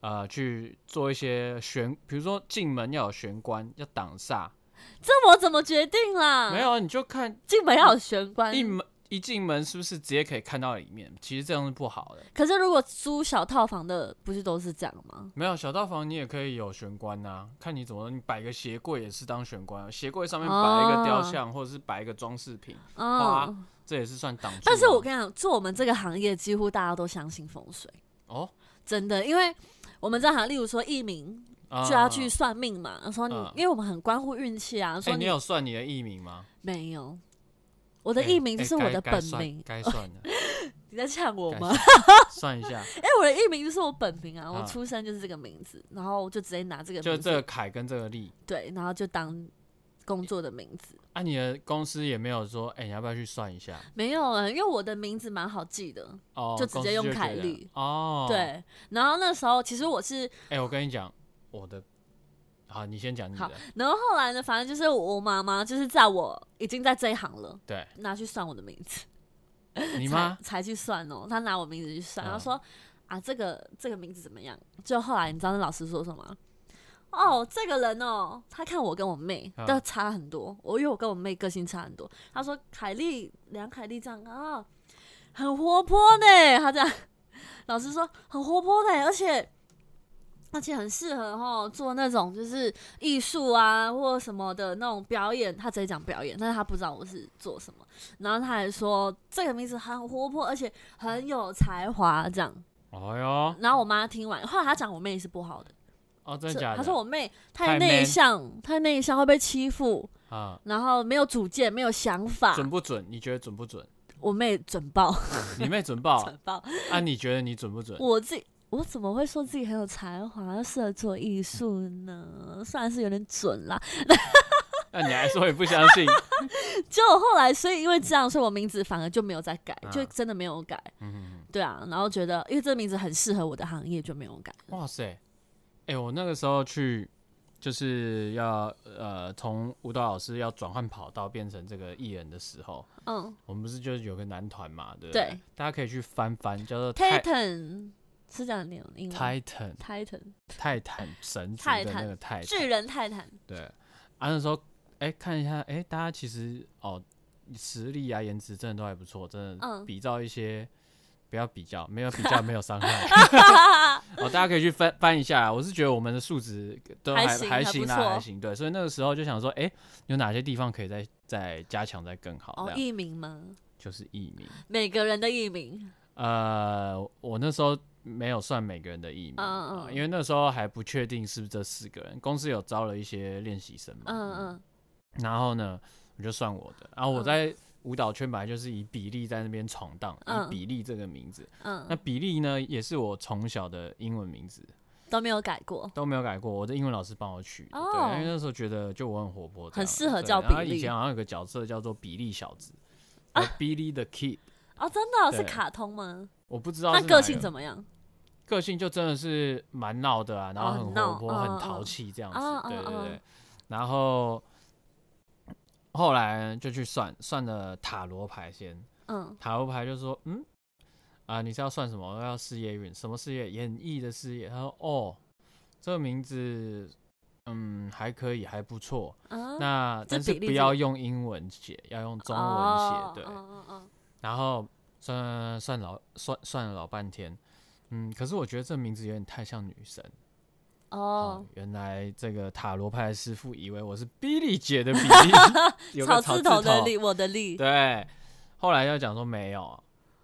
Speaker 1: 呃，去做一些玄，比如说进门要有玄关，要挡煞。
Speaker 2: 这我怎么决定啦？
Speaker 1: 没，有，啊，你就看
Speaker 2: 进门要有玄关。
Speaker 1: 一门一进门是不是直接可以看到里面？其实这样是不好的。
Speaker 2: 可是如果租小套房的，不是都是这样吗？
Speaker 1: 没有小套房，你也可以有玄关呐、看你怎么，你摆个鞋柜也是当玄关啊，鞋柜上面摆一个雕
Speaker 2: 哦
Speaker 1: 像，或者是摆一个装饰品，啊
Speaker 2: 嗯，
Speaker 1: 这也是算挡住啊。
Speaker 2: 但是我跟你讲，做我们这个行业，几乎大家都相信风水，
Speaker 1: 哦，
Speaker 2: 真的，因为我们这行，例如说艺名
Speaker 1: 啊
Speaker 2: 就要去算命嘛，说你，
Speaker 1: 嗯
Speaker 2: 因为我们很关乎运气啊，
Speaker 1: 哎、
Speaker 2: 说
Speaker 1: 你
Speaker 2: 你
Speaker 1: 有算你的艺名吗？
Speaker 2: 没有。我
Speaker 1: 我
Speaker 2: 的艺名就是我的本名，
Speaker 1: 哎该算的，
Speaker 2: 你在呛我
Speaker 1: 该
Speaker 2: 吗？
Speaker 1: 算算 一下，
Speaker 2: 哎、我的艺名就是我本名啊，我
Speaker 1: 嗯
Speaker 2: 出生就是这个名字，然后我就直接拿这个
Speaker 1: 就
Speaker 2: 名
Speaker 1: 这
Speaker 2: 字，
Speaker 1: 个凯跟这个力。
Speaker 2: 对，然后就当工作的名字。
Speaker 1: 啊，你的公司也没有说，哎、你要不要去算一下？
Speaker 2: 没有啊，因为我的名字蛮好记的，
Speaker 1: 哦，
Speaker 2: 就直接
Speaker 1: 公司
Speaker 2: 用
Speaker 1: 觉得
Speaker 2: 凯力
Speaker 1: 哦，。
Speaker 2: 对。然后那时候其实我是
Speaker 1: 哎、我跟你讲，我的，好，你先讲你
Speaker 2: 好
Speaker 1: 的，
Speaker 2: 然后后来呢，反正就是我妈妈就是在我已经在这一行了，
Speaker 1: 对，
Speaker 2: 拿去算我的名字，
Speaker 1: 你
Speaker 2: 才
Speaker 1: 妈
Speaker 2: 才去算哦，她拿我名字去算，
Speaker 1: 嗯
Speaker 2: 她、说啊，这个这个名字怎么样？就后来你知道那老师说什么吗？哦，这个人哦，他看我跟我妹
Speaker 1: 嗯
Speaker 2: 都差很多，我、因为我跟我妹个性差很多。他说凯莉，梁凯莉这样啊、很活泼呢。他这样， 老师说很活泼呢，而且而且很适合哦做那种就是艺术啊或什么的那种表演，他直接讲表演，但是他不知道我是做什么，然后他还说这个名字很活泼，而且很有才华这样。
Speaker 1: 哎呦，
Speaker 2: 然后我妈听完，后来她讲我妹是不好的，
Speaker 1: 哦，真
Speaker 2: 是
Speaker 1: 的假的？
Speaker 2: 她说我妹
Speaker 1: 太
Speaker 2: 太
Speaker 1: man
Speaker 2: 内向，太内向会被欺负，
Speaker 1: 啊，
Speaker 2: 然后没有主见，没有想法。
Speaker 1: 准不准？你觉得准不准？
Speaker 2: 我妹准爆，
Speaker 1: 你妹准爆
Speaker 2: 蠢爆！
Speaker 1: 啊！你觉得你准不准？
Speaker 2: 我自己，我怎么会说自己很有才华，又适合做艺术呢？虽然是有点准啦，
Speaker 1: 那啊你还说你不相 信？
Speaker 2: 就我后来，所以因为这样，所以我名字反而就没有再改，
Speaker 1: 啊
Speaker 2: 就真的没有改。
Speaker 1: 嗯，
Speaker 2: 对啊，然后觉得因为这个名字很适合我的行业，就没有改。嗯
Speaker 1: 哇塞！哎、我那个时候去就是要呃，从舞蹈老师要转换跑道变成这个艺人的时候，
Speaker 2: 嗯
Speaker 1: 我们不是就是有个男团嘛，对不
Speaker 2: 对
Speaker 1: 大家可以去翻翻，叫做泰
Speaker 2: ，Titan 是这样念英文
Speaker 1: Titan
Speaker 2: ，Titan
Speaker 1: 泰坦神族
Speaker 2: 泰
Speaker 1: 的那
Speaker 2: 坦
Speaker 1: 个泰坦
Speaker 2: 巨人泰 坦。
Speaker 1: 对，啊那时候哎、看一下哎、大家其实哦实力啊颜值真的都还不错，真的
Speaker 2: 嗯
Speaker 1: 比照一些。不要比较，没有 比较没有伤害。哦，大家可以去翻翻一下啊。我是觉得我们的素质都
Speaker 2: 还
Speaker 1: 还
Speaker 2: 行
Speaker 1: 还
Speaker 2: 还不
Speaker 1: 行啦，
Speaker 2: 错
Speaker 1: 还行。对，所以那个时候就想说，哎、有哪些地方可以再再加强，再更好？
Speaker 2: 哦，
Speaker 1: 这样
Speaker 2: 艺名吗？
Speaker 1: 就是艺名。
Speaker 2: 每个人的艺名。
Speaker 1: 呃，我那时候没有算每个人的艺名，
Speaker 2: 嗯
Speaker 1: 啊
Speaker 2: 嗯
Speaker 1: 因为那时候还不确定是不是这四个人。公司有招了一些练习生嘛，
Speaker 2: 嗯嗯，
Speaker 1: 然后呢，我就算我的，然后我
Speaker 2: 嗯
Speaker 1: 在舞蹈圈本来就是以比利在那边闯荡，以
Speaker 2: 嗯
Speaker 1: 比利这个名字。那
Speaker 2: 嗯，
Speaker 1: 比利呢，也是我从小的英文名字，
Speaker 2: 都没有改过。
Speaker 1: 都没有改过，我的英文老师帮我取的，
Speaker 2: 哦
Speaker 1: 对，因为那时候觉得就我很活泼这样，
Speaker 2: 很适合
Speaker 1: 对
Speaker 2: 叫
Speaker 1: 然后
Speaker 2: 比啊利
Speaker 1: 以前好像有个角色叫做比利小子，比利的 Kid，
Speaker 2: 哦，真的哦是
Speaker 1: 对
Speaker 2: 卡通吗？
Speaker 1: 我不知道
Speaker 2: 那
Speaker 1: 是
Speaker 2: 个
Speaker 1: 哪
Speaker 2: 性
Speaker 1: 个
Speaker 2: 怎么样？
Speaker 1: 个性就真的是蛮闹的啊，然后
Speaker 2: 哦
Speaker 1: 很
Speaker 2: 很闹
Speaker 1: 活泼、
Speaker 2: 嗯
Speaker 1: 很
Speaker 2: 嗯
Speaker 1: 淘
Speaker 2: 嗯
Speaker 1: 气这样子，
Speaker 2: 嗯嗯
Speaker 1: 对对
Speaker 2: 嗯
Speaker 1: 对。然后后来就去算算了塔罗牌先，
Speaker 2: 嗯
Speaker 1: 塔罗牌就说，嗯，啊、你是要算什么？要事业运？什么事业？演艺的事业。他说，哦，这个名字，嗯，还可以，还不错。
Speaker 2: 啊，
Speaker 1: 那
Speaker 2: 这
Speaker 1: 但是
Speaker 2: 比例
Speaker 1: 不
Speaker 2: 这
Speaker 1: 要用英文写，要用中文写，
Speaker 2: 哦
Speaker 1: 对。
Speaker 2: 嗯嗯嗯，
Speaker 1: 然后算算老算算了老半天，嗯，可是我觉得这名字有点太像女神
Speaker 2: 哦，
Speaker 1: 原来这个塔罗牌的师傅以为我是比利姐的 比利，有个
Speaker 2: 草
Speaker 1: 草
Speaker 2: 字
Speaker 1: 字
Speaker 2: 头
Speaker 1: 头
Speaker 2: 的力，我的力，
Speaker 1: 对。后来又讲说没有，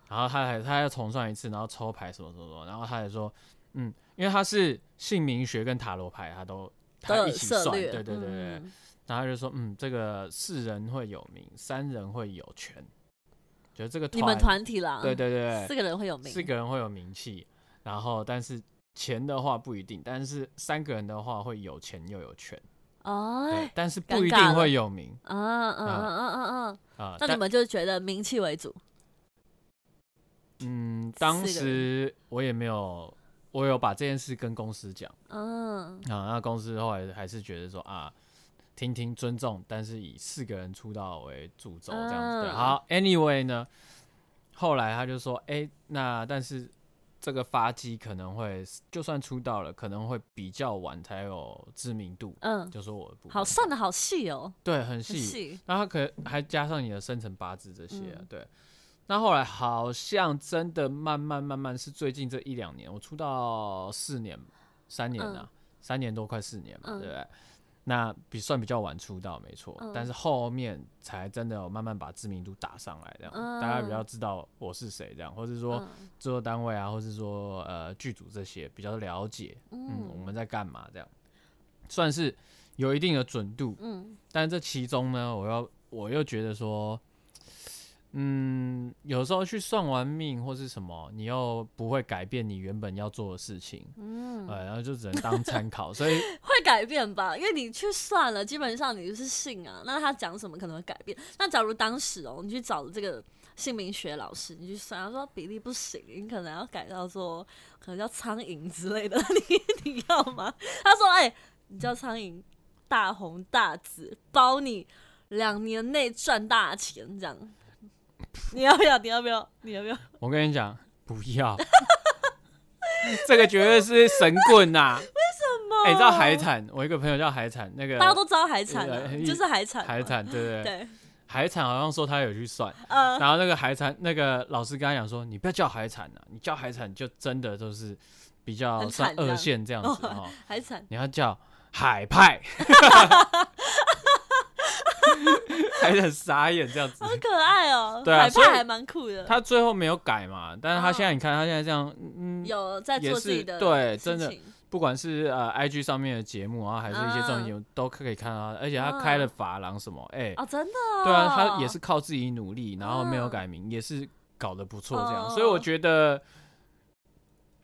Speaker 1: 然后他还他要重算一次，然后抽牌什么什么什么，然后他还说，嗯，因为他是姓名学跟塔罗牌他都
Speaker 2: 都
Speaker 1: 他
Speaker 2: 有
Speaker 1: 一起
Speaker 2: 涉
Speaker 1: 算，
Speaker 2: 略，
Speaker 1: 对对对对。对
Speaker 2: 嗯，
Speaker 1: 然后他就说，嗯，这个世人会有名，三人会有权，觉得这个
Speaker 2: 嗯你们团体啦，
Speaker 1: 对对对，
Speaker 2: 四个人会有名，
Speaker 1: 四个人会有名气，然后但是钱的话不一定，但是三个人的话会有钱又有权，
Speaker 2: 哦，
Speaker 1: 对，但是不一
Speaker 2: 尴尬
Speaker 1: 定
Speaker 2: 了
Speaker 1: 会有名
Speaker 2: 啊嗯嗯嗯嗯嗯，
Speaker 1: 啊。
Speaker 2: 那你
Speaker 1: 但
Speaker 2: 们就觉得名气为主，
Speaker 1: 嗯，当
Speaker 2: 四个人
Speaker 1: 时我也没有，我有把这件事跟公司讲
Speaker 2: 嗯，
Speaker 1: 啊，那公司后来还是觉得说啊。听听尊重，但是以四个人出道为主轴这样子。对
Speaker 2: 嗯
Speaker 1: 好，anyway 呢，后来他就说，哎、那但是这个发迹可能会，就算出道了，可能会比较晚才有知名度。
Speaker 2: 嗯，
Speaker 1: 就说我的部分
Speaker 2: 好算的好细哦，
Speaker 1: 对，很
Speaker 2: 很
Speaker 1: 细。
Speaker 2: 细，
Speaker 1: 那他可还加上你的生辰八字这些、啊
Speaker 2: 嗯
Speaker 1: 对。那后来好像真的慢慢慢慢是最近这一两年，我出道四年、三年啊，三年多快四年嘛，
Speaker 2: 嗯
Speaker 1: 对不对？那比算比较晚出道，没错、
Speaker 2: 嗯
Speaker 1: 但是后面才真的有慢慢把知名度打上来，这样、大家比较知道我是谁，这样，或是说
Speaker 2: 嗯
Speaker 1: 制作单位啊，或是说呃剧组这些比较了解，嗯，我们在干嘛这样，算是有一定的准度。
Speaker 2: 嗯
Speaker 1: 但这其中呢，我要我又觉得说，嗯，有时候去算完命或是什么，你又不会改变你原本要做的事情，
Speaker 2: 嗯，
Speaker 1: 呃，然后就只能当 参考。所以
Speaker 2: 会改变吧，因为你去算了，基本上你就是信啊。那他讲什么可能会改变。那假如当时哦，你去找这个姓名学老师，你去算，他说比例不行，你可能要改到说，可能叫苍蝇之类的， 你你要吗？他说，哎、你叫苍蝇，大红大紫，包你两年内赚大钱，这样。你要不要？你要不要？你要不要？
Speaker 1: 我跟你讲，不要， 这个绝对是神棍呐、哎、你知道海产？我一个朋友叫海产，那个
Speaker 2: 大家都知道海产、啊
Speaker 1: 呃，
Speaker 2: 就是海产嘛，
Speaker 1: 海产，对对对，
Speaker 2: 对，
Speaker 1: 海产好像说他有去算，
Speaker 2: 呃，
Speaker 1: 然后那个海产那个老师跟他讲说，你不要叫海产啊，你叫海产就真的都是比较
Speaker 2: 很
Speaker 1: 算
Speaker 2: 惨这
Speaker 1: 二
Speaker 2: 样
Speaker 1: 线这样子
Speaker 2: 哦
Speaker 1: 哦，
Speaker 2: 海产。
Speaker 1: 你要叫海派， 还很傻眼这样 子。
Speaker 2: 好可爱哦、
Speaker 1: 对啊
Speaker 2: 海
Speaker 1: 所以
Speaker 2: 派还蛮酷的。
Speaker 1: 他最后没有改嘛，但是他现在你看他现在这样，嗯，
Speaker 2: 有在
Speaker 1: 也
Speaker 2: 做自己
Speaker 1: 是
Speaker 2: 的
Speaker 1: 对，
Speaker 2: 事
Speaker 1: 真的，
Speaker 2: 情
Speaker 1: 不管是呃 IG 上面的节目，啊然后还是一些综艺
Speaker 2: 啊
Speaker 1: 节目，都可以看到他，而且他开了发廊什么，哎，
Speaker 2: 哦，真的、哦，
Speaker 1: 对啊，他也是靠自己努力，然后没有改名，也是搞得不错这样。
Speaker 2: 哦
Speaker 1: 所以我觉得，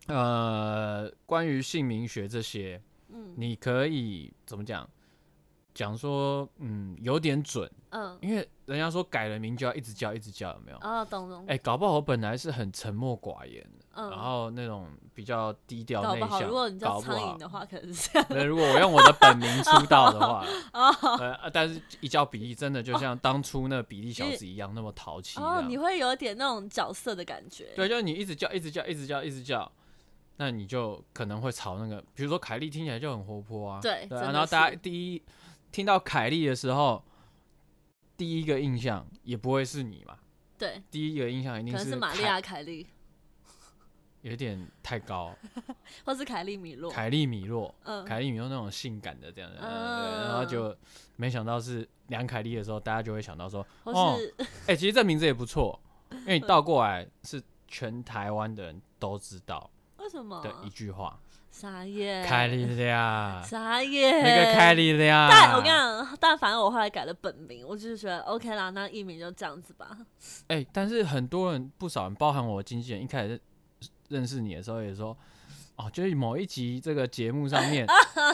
Speaker 1: 呃，关于姓名学这些，
Speaker 2: 嗯
Speaker 1: 你可以怎么讲？讲说，嗯，有点准，
Speaker 2: 嗯，
Speaker 1: 因为人家说改了名就要一直叫，一直叫，有没有？
Speaker 2: 哦，懂懂，
Speaker 1: 哎、搞不好我本来是很沉默寡言，
Speaker 2: 嗯，
Speaker 1: 然后那种比较低调
Speaker 2: 搞
Speaker 1: 内
Speaker 2: 不好，
Speaker 1: 向。
Speaker 2: 如果你叫
Speaker 1: 搞不
Speaker 2: 苍
Speaker 1: 好
Speaker 2: 蝇的话，可能是这样哦
Speaker 1: 那如果我用我的本名出道的话，呃，啊但是一叫比利，真的就像当初那比利小子一样那么淘气这
Speaker 2: 哦，
Speaker 1: 样。
Speaker 2: 你会有点那种角色的感觉，
Speaker 1: 啊对，就是你一直叫，一直叫，一直叫，一直叫，那你就可能会朝那个，比如说凯莉听起来就很活泼啊，
Speaker 2: 对
Speaker 1: 啊
Speaker 2: 真的
Speaker 1: 然后大家
Speaker 2: 是
Speaker 1: 第一听到凯莉的时候，第一个印象也不会是你嘛，
Speaker 2: 对，
Speaker 1: 第一个印象一
Speaker 2: 可
Speaker 1: 定
Speaker 2: 能是玛利
Speaker 1: 凯，
Speaker 2: 亚凯莉
Speaker 1: 有点太高，
Speaker 2: 或是凯莉米洛，
Speaker 1: 凯莉米洛。
Speaker 2: 嗯，
Speaker 1: 凯莉米用那种性感的这样的，
Speaker 2: 嗯
Speaker 1: 对然后就没想到是梁凯莉的时候，大家就会想到说，
Speaker 2: 或
Speaker 1: 哦
Speaker 2: 是
Speaker 1: 哎、其实这名字也不错，因为你倒过来是全台湾的人都知道
Speaker 2: 为什么
Speaker 1: 的一句话，
Speaker 2: 傻眼，
Speaker 1: 凯莉呀，
Speaker 2: 傻眼，
Speaker 1: 那个凯。莉啊呀，
Speaker 2: 但我跟你讲，但反正我后来改了本名，我就是觉得 OK 啦，那艺名就这样子吧。
Speaker 1: 哎、但是很多人不少人，包含我经纪人，一开始认识你的时候也说。哦，就是某一集这个节目上 面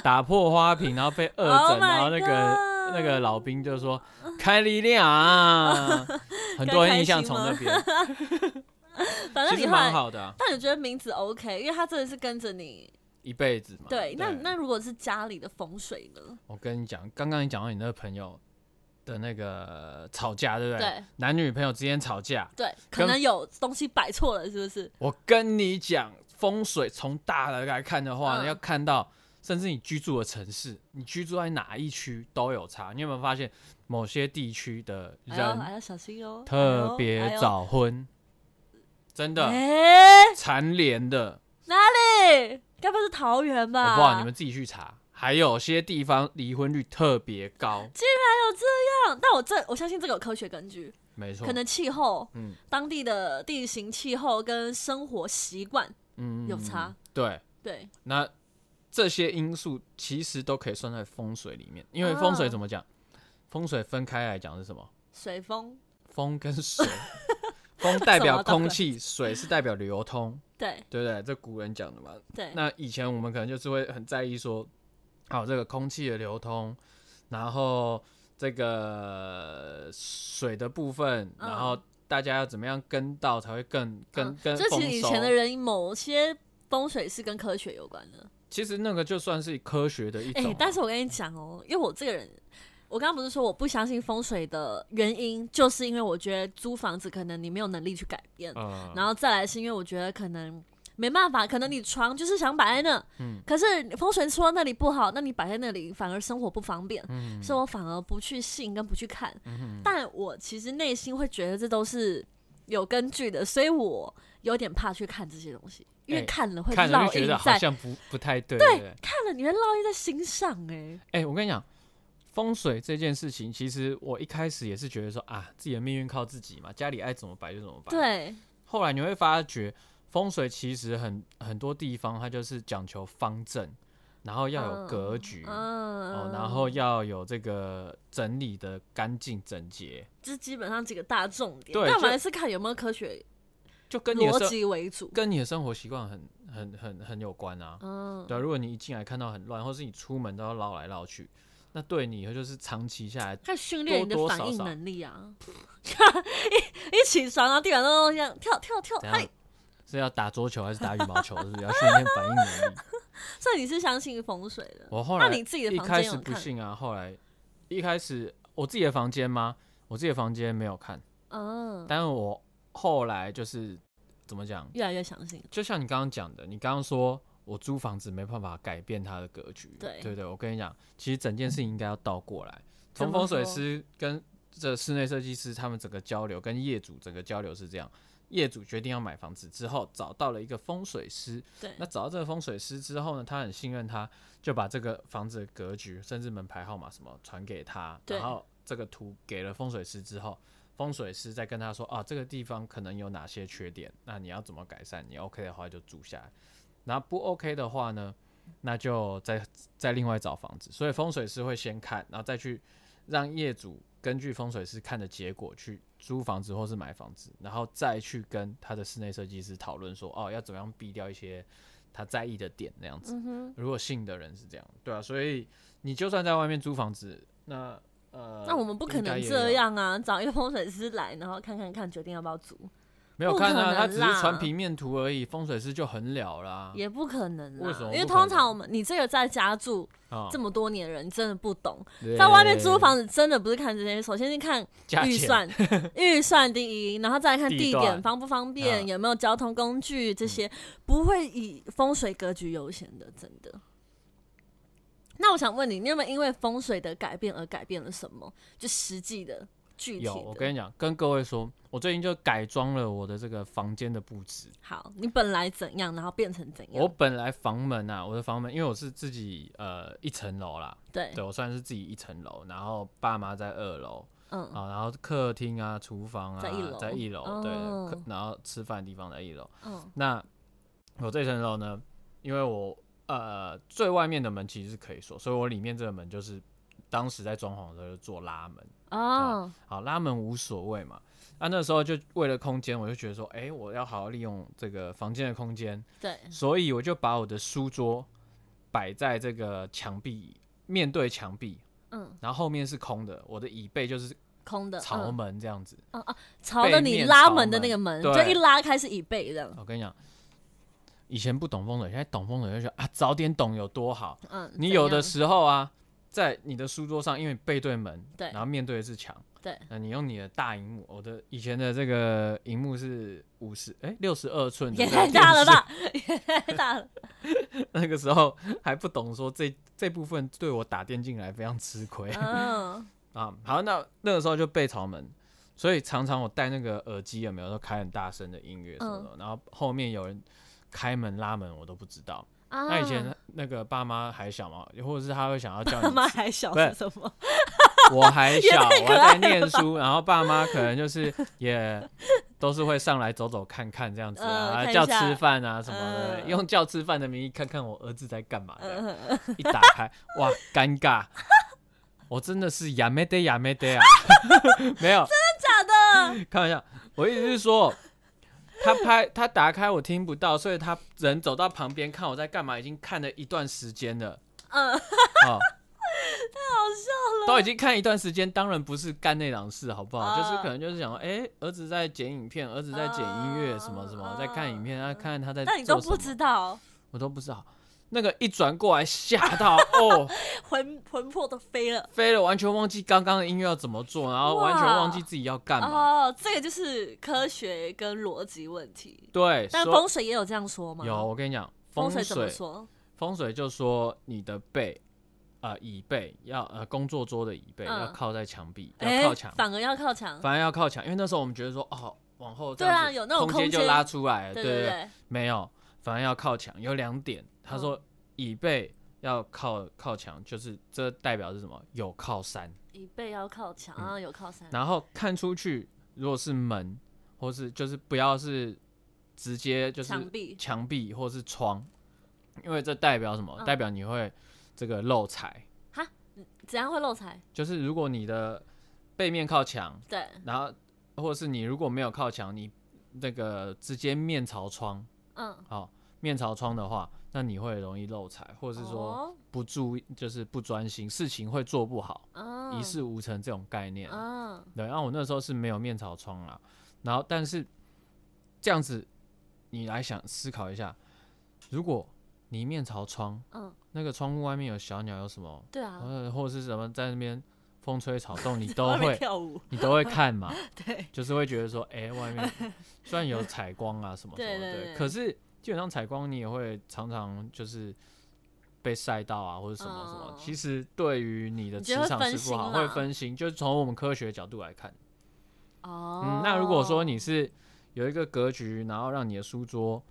Speaker 1: 打破花瓶，然后被恶
Speaker 2: Oh
Speaker 1: 整，然后
Speaker 2: my
Speaker 1: 那个
Speaker 2: God
Speaker 1: 那个老兵就说凯莉 呀，很多人印象从那边，
Speaker 2: 反正
Speaker 1: 其实
Speaker 2: 你后
Speaker 1: 蛮
Speaker 2: 来，
Speaker 1: 好的啊、
Speaker 2: 但你觉得名字 OK，因为它真的是跟着你。
Speaker 1: 一辈子嘛。
Speaker 2: 对，那那如果是家里的风水呢？
Speaker 1: 我跟你讲，刚刚你讲到你那个朋友的那个吵架，对不对？
Speaker 2: 对
Speaker 1: 男女朋友之间吵架，
Speaker 2: 对，可
Speaker 1: 跟
Speaker 2: 能有东西摆错了，是不是？
Speaker 1: 我跟你讲，风水从大的来看的话，
Speaker 2: 嗯
Speaker 1: 要看到甚至你居住的城市，你居住在哪一区都有差。你有没有发现某些地区的
Speaker 2: 哎呦，
Speaker 1: 人
Speaker 2: 还要小心哦，
Speaker 1: 特别
Speaker 2: 早
Speaker 1: 早婚？真的
Speaker 2: 哎，
Speaker 1: 蝉联的，
Speaker 2: 对，该不会是桃园
Speaker 1: 我
Speaker 2: 吧？
Speaker 1: 不知道你们自己去查。还有些地方离婚率特别高，
Speaker 2: 但但我这我相信这个有科学根据，
Speaker 1: 没错，
Speaker 2: 可能气候、
Speaker 1: 嗯
Speaker 2: 当地的地形、气候跟生活习惯
Speaker 1: 嗯
Speaker 2: 有差，
Speaker 1: 对。
Speaker 2: 对，
Speaker 1: 那这些因素其实都可以算在风水里面，因为风水
Speaker 2: 哦
Speaker 1: 怎么讲？风水分开来讲是什么？
Speaker 2: 水风
Speaker 1: 风 跟水，风代表空气，水是代表流通，
Speaker 2: 对
Speaker 1: 对不对？这古人讲的嘛。
Speaker 2: 对，
Speaker 1: 那以前我们可能就是会很在意说，好这个空气的流通，然后这个水的部分，
Speaker 2: 嗯
Speaker 1: 然后大家要怎么样跟到才会更更
Speaker 2: 嗯
Speaker 1: 更
Speaker 2: 就
Speaker 1: 丰
Speaker 2: 其实以
Speaker 1: 收
Speaker 2: 前的人某些风水是跟科学有关的，
Speaker 1: 其实那个就算是科学的一
Speaker 2: 哎、
Speaker 1: 种啊，
Speaker 2: 但是我跟你讲哦，因为我这个人。我刚刚不是说我不相信风水的原因，就是因为我觉得租房子可能你没有能力去改变，
Speaker 1: 嗯，
Speaker 2: 然后再来是因为我觉得可能没办法，可能你床就是想摆在那，
Speaker 1: 嗯
Speaker 2: 可是风水说那里不好，那你摆在那里反而生活不方便，
Speaker 1: 嗯
Speaker 2: 所以我反而不去信跟不去看。但我其实内心会觉得这都是有根据的，所以我有点怕去看这些东西，因为
Speaker 1: 哎
Speaker 2: 看了会
Speaker 1: 看了
Speaker 2: 烙
Speaker 1: 就觉
Speaker 2: 印
Speaker 1: 得好
Speaker 2: 在，
Speaker 1: 像不不太对。对不对，
Speaker 2: 看了你会烙印在心上、
Speaker 1: 哎、我跟你讲，风水这件事情，其实我一开始也是觉得说啊，自己的命运靠自己嘛，家里爱怎么摆就怎么
Speaker 2: 哎，
Speaker 1: 摆。。
Speaker 2: 对，
Speaker 1: 后来你会发觉，风水其实很很多地方它就是讲求方正，然后要有格局。
Speaker 2: 嗯，
Speaker 1: 哦，然后要有这个整理的干净整洁，
Speaker 2: 这基本上几个大重点，
Speaker 1: 对
Speaker 2: 但我
Speaker 1: 就
Speaker 2: 们还是看有没有科学
Speaker 1: 就跟你的
Speaker 2: 逻
Speaker 1: 生
Speaker 2: 辑为主。
Speaker 1: 跟你的生活习惯很很很很有关啊。
Speaker 2: 嗯，
Speaker 1: 对啊，如果你一进来看到很乱，或是你出门都要绕来绕去，那对你以后就是长期下来
Speaker 2: 看训练你的
Speaker 1: 多多
Speaker 2: 反
Speaker 1: 少
Speaker 2: 应
Speaker 1: 少
Speaker 2: 能力啊！ 一一起床，然后地板都这样跳跳跳，
Speaker 1: 怎
Speaker 2: 哎
Speaker 1: 样，？是要打桌球还是打羽毛球？是不是要训练反应能 力？
Speaker 2: 所以你是相信风水的？
Speaker 1: 我后
Speaker 2: 那
Speaker 1: 来
Speaker 2: 你自己的
Speaker 1: 一
Speaker 2: 房
Speaker 1: 开
Speaker 2: 间
Speaker 1: 始
Speaker 2: 有
Speaker 1: 不
Speaker 2: 看？
Speaker 1: 信啊，后来一开始我自己的房间吗？我自己的房间没有看，
Speaker 2: 嗯，
Speaker 1: 但是我后来就是怎么讲？
Speaker 2: 越来越相信。
Speaker 1: 就像你刚刚讲的，你刚刚说我租房子没办法改变它的格局，
Speaker 2: 对
Speaker 1: 对不对？我跟你讲，其实整件事情应该要倒过来，
Speaker 2: 怎
Speaker 1: 从
Speaker 2: 么
Speaker 1: 风水
Speaker 2: 说
Speaker 1: 师跟这室内设计师他们整个交流，跟业主整个交流是这样。业主决定要买房子之后，找到了一个风水师。
Speaker 2: 对，
Speaker 1: 那找到这个风水师之后呢，他很信任他，就把这个房子的格局，甚至门牌号码什么传给他。
Speaker 2: 对
Speaker 1: 然后这个图给了风水师之后，风水师再跟他说啊，这个地方可能有哪些缺点，那你要怎么改善？你 OK 的话就住下来，那不 OK 的话呢，那就再再另外找房子。所以风水师会先看，然后再去让业主根据风水师看的结果去租房子或是买房子，然后再去跟他的室内设计师讨论说，哦，要怎么样避掉一些他在意的点那样子。
Speaker 2: 嗯哼，
Speaker 1: 如果信的人是这样，对啊，所以你就算在外面租房子，那呃，
Speaker 2: 那我们不可
Speaker 1: 应该
Speaker 2: 能
Speaker 1: 也
Speaker 2: 这
Speaker 1: 有，
Speaker 2: 样啊，找一个风水师来，然后看看看，决定要不要租，
Speaker 1: 没有
Speaker 2: 不
Speaker 1: 看
Speaker 2: 可
Speaker 1: 啊，他
Speaker 2: 能
Speaker 1: 只
Speaker 2: 啦
Speaker 1: 是传平面图而已，风水师就很了啦。
Speaker 2: 也不可能啦。
Speaker 1: 啊为什么
Speaker 2: 因为
Speaker 1: 不可能
Speaker 2: 通常我们你这个在家住
Speaker 1: 啊
Speaker 2: 这么多年的人，你真的不懂，
Speaker 1: 对
Speaker 2: 在外面租房子真的不是看这些，首先是看
Speaker 1: 价
Speaker 2: 预
Speaker 1: 钱
Speaker 2: 算，预算第一，然后再来看
Speaker 1: 地
Speaker 2: 地
Speaker 1: 段
Speaker 2: 点方不方便，
Speaker 1: 嗯
Speaker 2: 有没有交通工具，这些不会以风水格局优先的，真的。那我想问你，你有没有因为风水的改变而改变了什么？就实际的、具体
Speaker 1: 有，我跟
Speaker 2: 的。
Speaker 1: 你讲，跟各位说，我最近就改装了我的这个房间的布置。
Speaker 2: 好，你本来怎样，然后变成怎
Speaker 1: 我
Speaker 2: 样？
Speaker 1: 本来房门啊，我的房门，因为我是自己呃一层楼啦，
Speaker 2: 对，
Speaker 1: 对我算是自己一层楼，然后爸妈在二楼
Speaker 2: 嗯
Speaker 1: 啊，然后客厅啊、厨房啊
Speaker 2: 在一楼
Speaker 1: 在一楼，对，
Speaker 2: 哦
Speaker 1: 客然后吃饭的地方在一楼。
Speaker 2: 嗯
Speaker 1: 那我这层楼呢，因为我呃最外面的门其实是可以锁，所以我里面这个门就是当时在装潢的时候就做拉门。
Speaker 2: 哦，
Speaker 1: 好，拉门无所谓嘛。啊，那时候就为了空间，我就觉得说，哎、我要好好利用这个房间的空间，
Speaker 2: 对，
Speaker 1: 所以我就把我的书桌摆在这个墙壁面对墙壁，
Speaker 2: 嗯，
Speaker 1: 然后后面是空的，我的椅背就是
Speaker 2: 空的，
Speaker 1: 朝
Speaker 2: 嗯
Speaker 1: 门这样子。
Speaker 2: 哦哦，朝着
Speaker 1: 背
Speaker 2: 你
Speaker 1: 面
Speaker 2: 拉
Speaker 1: 朝
Speaker 2: 门的
Speaker 1: 门
Speaker 2: 那个门，
Speaker 1: 对
Speaker 2: 就一拉开是椅背这样，
Speaker 1: 我跟你讲，以前不懂风水，现在懂风水就觉得啊，早点懂有多好。
Speaker 2: 嗯，
Speaker 1: 你
Speaker 2: 怎
Speaker 1: 有的
Speaker 2: 样
Speaker 1: 时候啊，在你的书桌上，因为背对门，
Speaker 2: 对
Speaker 1: 然后面对的是墙，
Speaker 2: 对，
Speaker 1: 那你用你的大荧幕，我的以前的这个荧幕是五十哎六十二寸的，
Speaker 2: 也太大了
Speaker 1: 吧？
Speaker 2: 吧，也太大了。
Speaker 1: 那个时候还不懂说这这部分对我打电进来非常吃亏、
Speaker 2: 嗯，
Speaker 1: 啊。好，那那个时候就背朝门，所以常常我戴那个耳机有没有都开很大声的音乐什么的，
Speaker 2: 嗯
Speaker 1: 然后后面有人开门拉门我都不知道。
Speaker 2: 啊
Speaker 1: 那以 前那个爸妈还小嘛，或者是他会想要叫
Speaker 2: 他
Speaker 1: 你
Speaker 2: 妈还小
Speaker 1: 不是
Speaker 2: 是什 么？
Speaker 1: 我还小，
Speaker 2: 太
Speaker 1: 我
Speaker 2: 可爱
Speaker 1: 还在
Speaker 2: 了
Speaker 1: 念书，然后爸妈可能就是也都是会上来走走看看这样子
Speaker 2: 嗯
Speaker 1: 啊，
Speaker 2: 看一
Speaker 1: 叫
Speaker 2: 下
Speaker 1: 吃饭啊什么的，
Speaker 2: 嗯
Speaker 1: 用叫吃饭的名义看看我儿子在干嘛这样。
Speaker 2: 嗯
Speaker 1: 一打开，哇，尴尬，我真的是亚美得亚美得啊， 没有，
Speaker 2: 假的？
Speaker 1: 开玩笑，我意思是说，他拍他打开我听不到，所以他人走到旁边看我在干嘛，已经看了一段时间了。
Speaker 2: 嗯，
Speaker 1: 哦，太好 笑了！都已经看一段时间，当然不是干那档事，好不好？
Speaker 2: 啊
Speaker 1: 就是可能就是想说，哎、儿子在剪影片，儿子在剪音乐，
Speaker 2: 啊
Speaker 1: 什么什么，
Speaker 2: 啊
Speaker 1: 在看影片，他看他在
Speaker 2: 那你都
Speaker 1: 做什
Speaker 2: 不
Speaker 1: 么，
Speaker 2: 知道，
Speaker 1: 我都不知道。那个一转过来，吓到 哦，
Speaker 2: 魂魂魄都飞了。
Speaker 1: 飞了，完全忘记刚刚的音乐要怎么做，然后
Speaker 2: 哇
Speaker 1: 完全忘记自己要干嘛。
Speaker 2: 哦，这个就是科学跟逻辑问题。
Speaker 1: 对，
Speaker 2: 但
Speaker 1: 说
Speaker 2: 风水也有这样说吗？
Speaker 1: 有，我跟你讲，
Speaker 2: 风
Speaker 1: 水
Speaker 2: 怎么说？
Speaker 1: 风水就说你的背。呃，椅背要呃，工作桌的椅背、
Speaker 2: 嗯
Speaker 1: 要靠在墙壁，
Speaker 2: 哎
Speaker 1: 要靠墙，
Speaker 2: 反而要靠墙。
Speaker 1: 反而要靠墙，因为那时候我们觉得说，哦，往后
Speaker 2: 嗯
Speaker 1: 这
Speaker 2: 对啊
Speaker 1: 样子
Speaker 2: 有那种
Speaker 1: 空
Speaker 2: 空
Speaker 1: 就
Speaker 2: 间
Speaker 1: 拉出来了，
Speaker 2: 对
Speaker 1: 对
Speaker 2: 对，嗯
Speaker 1: 没有，反而要靠墙，有两点，他说椅背要靠靠墙，就是这代表是什么？有靠山，
Speaker 2: 椅背要靠墙，
Speaker 1: 嗯
Speaker 2: 啊，有靠山。
Speaker 1: 然后看出去，如果是门，或是就是不要是直接就是
Speaker 2: 墙壁
Speaker 1: 墙壁或是窗，因为这代表什么？
Speaker 2: 嗯
Speaker 1: 代表你会这个漏财，
Speaker 2: 怎样会漏财？
Speaker 1: 就是如果你的背面靠墙，
Speaker 2: 对，
Speaker 1: 然后或者是你如果没有靠墙，你那个直接面朝窗，
Speaker 2: 嗯，
Speaker 1: 好、面朝窗的话，那你会容易漏财，或者是说
Speaker 2: 哦，
Speaker 1: 不注意，就是不专心，事情会做不好，
Speaker 2: 嗯
Speaker 1: 一事无成这种概念。
Speaker 2: 嗯，
Speaker 1: 对，然、后我那时候是没有面朝窗啦，然后但是这样子，你来想思考一下，如果你面朝窗，
Speaker 2: 嗯，
Speaker 1: 那个窗户外面有小鸟，有什么，
Speaker 2: 对啊，
Speaker 1: 呃，或者是什么在那边风吹草 动，你都
Speaker 2: 外面
Speaker 1: 会，
Speaker 2: 跳舞，
Speaker 1: 你都会看嘛。
Speaker 2: 对，
Speaker 1: 就是会觉得说，哎、外面虽然有采光啊什么什
Speaker 2: 对
Speaker 1: 么的，
Speaker 2: 对对
Speaker 1: 可是基本上采光你也会常常就是被晒到啊，或者什么什么。
Speaker 2: 嗯
Speaker 1: 其实对于你的
Speaker 2: 你
Speaker 1: 磁
Speaker 2: 觉得会
Speaker 1: 场是
Speaker 2: 分
Speaker 1: 不
Speaker 2: 心
Speaker 1: 好，
Speaker 2: 啦
Speaker 1: 会分心。就是从我们科学角度来看，
Speaker 2: 哦。
Speaker 1: 嗯，那如果说你是有一个格局，然后让你的书桌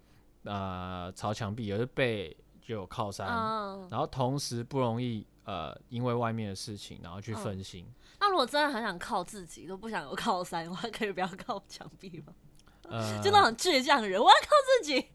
Speaker 1: 呃朝墙壁，有是背就有靠山，
Speaker 2: 嗯，
Speaker 1: 然后同时不容易呃因为外面的事情然后去
Speaker 2: 嗯
Speaker 1: 分心。
Speaker 2: 那如果真的很想靠自己，都不想有靠山的话，可以不要靠墙壁吗？
Speaker 1: 呃，
Speaker 2: 就那种倔强的人，我要靠自己。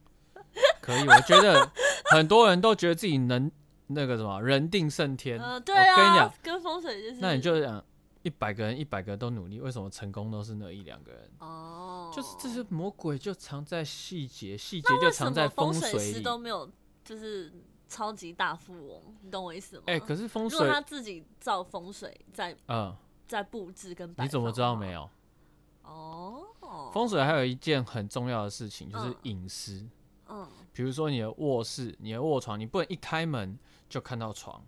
Speaker 1: 可以，我觉得很多人都觉得自己能那个什么人定胜天。
Speaker 2: 嗯、对
Speaker 1: 我跟你
Speaker 2: 啊
Speaker 1: 讲，，
Speaker 2: 跟风水就是。
Speaker 1: 那你就想，一百个人一百个都努力，为什么成功都是那一两个人？
Speaker 2: 哦，
Speaker 1: 就是这些魔鬼就藏在细节，细节
Speaker 2: 那
Speaker 1: 就
Speaker 2: 为什
Speaker 1: 藏在
Speaker 2: 么风水
Speaker 1: 水
Speaker 2: 师
Speaker 1: 里。
Speaker 2: 都没有就是超级大富翁？你懂我意思吗？
Speaker 1: 哎、可是风
Speaker 2: 如果
Speaker 1: 水，
Speaker 2: 他自己造风水，在
Speaker 1: 嗯，
Speaker 2: 在布置跟摆
Speaker 1: 你怎么
Speaker 2: 放
Speaker 1: 知道
Speaker 2: 的
Speaker 1: 没
Speaker 2: 话？
Speaker 1: 有？
Speaker 2: 哦，
Speaker 1: 风水还有一件很重要的事情，就是
Speaker 2: 嗯
Speaker 1: 隐私。
Speaker 2: 嗯，
Speaker 1: 比如说你的卧室、你的卧床，你不能一开门就看到床，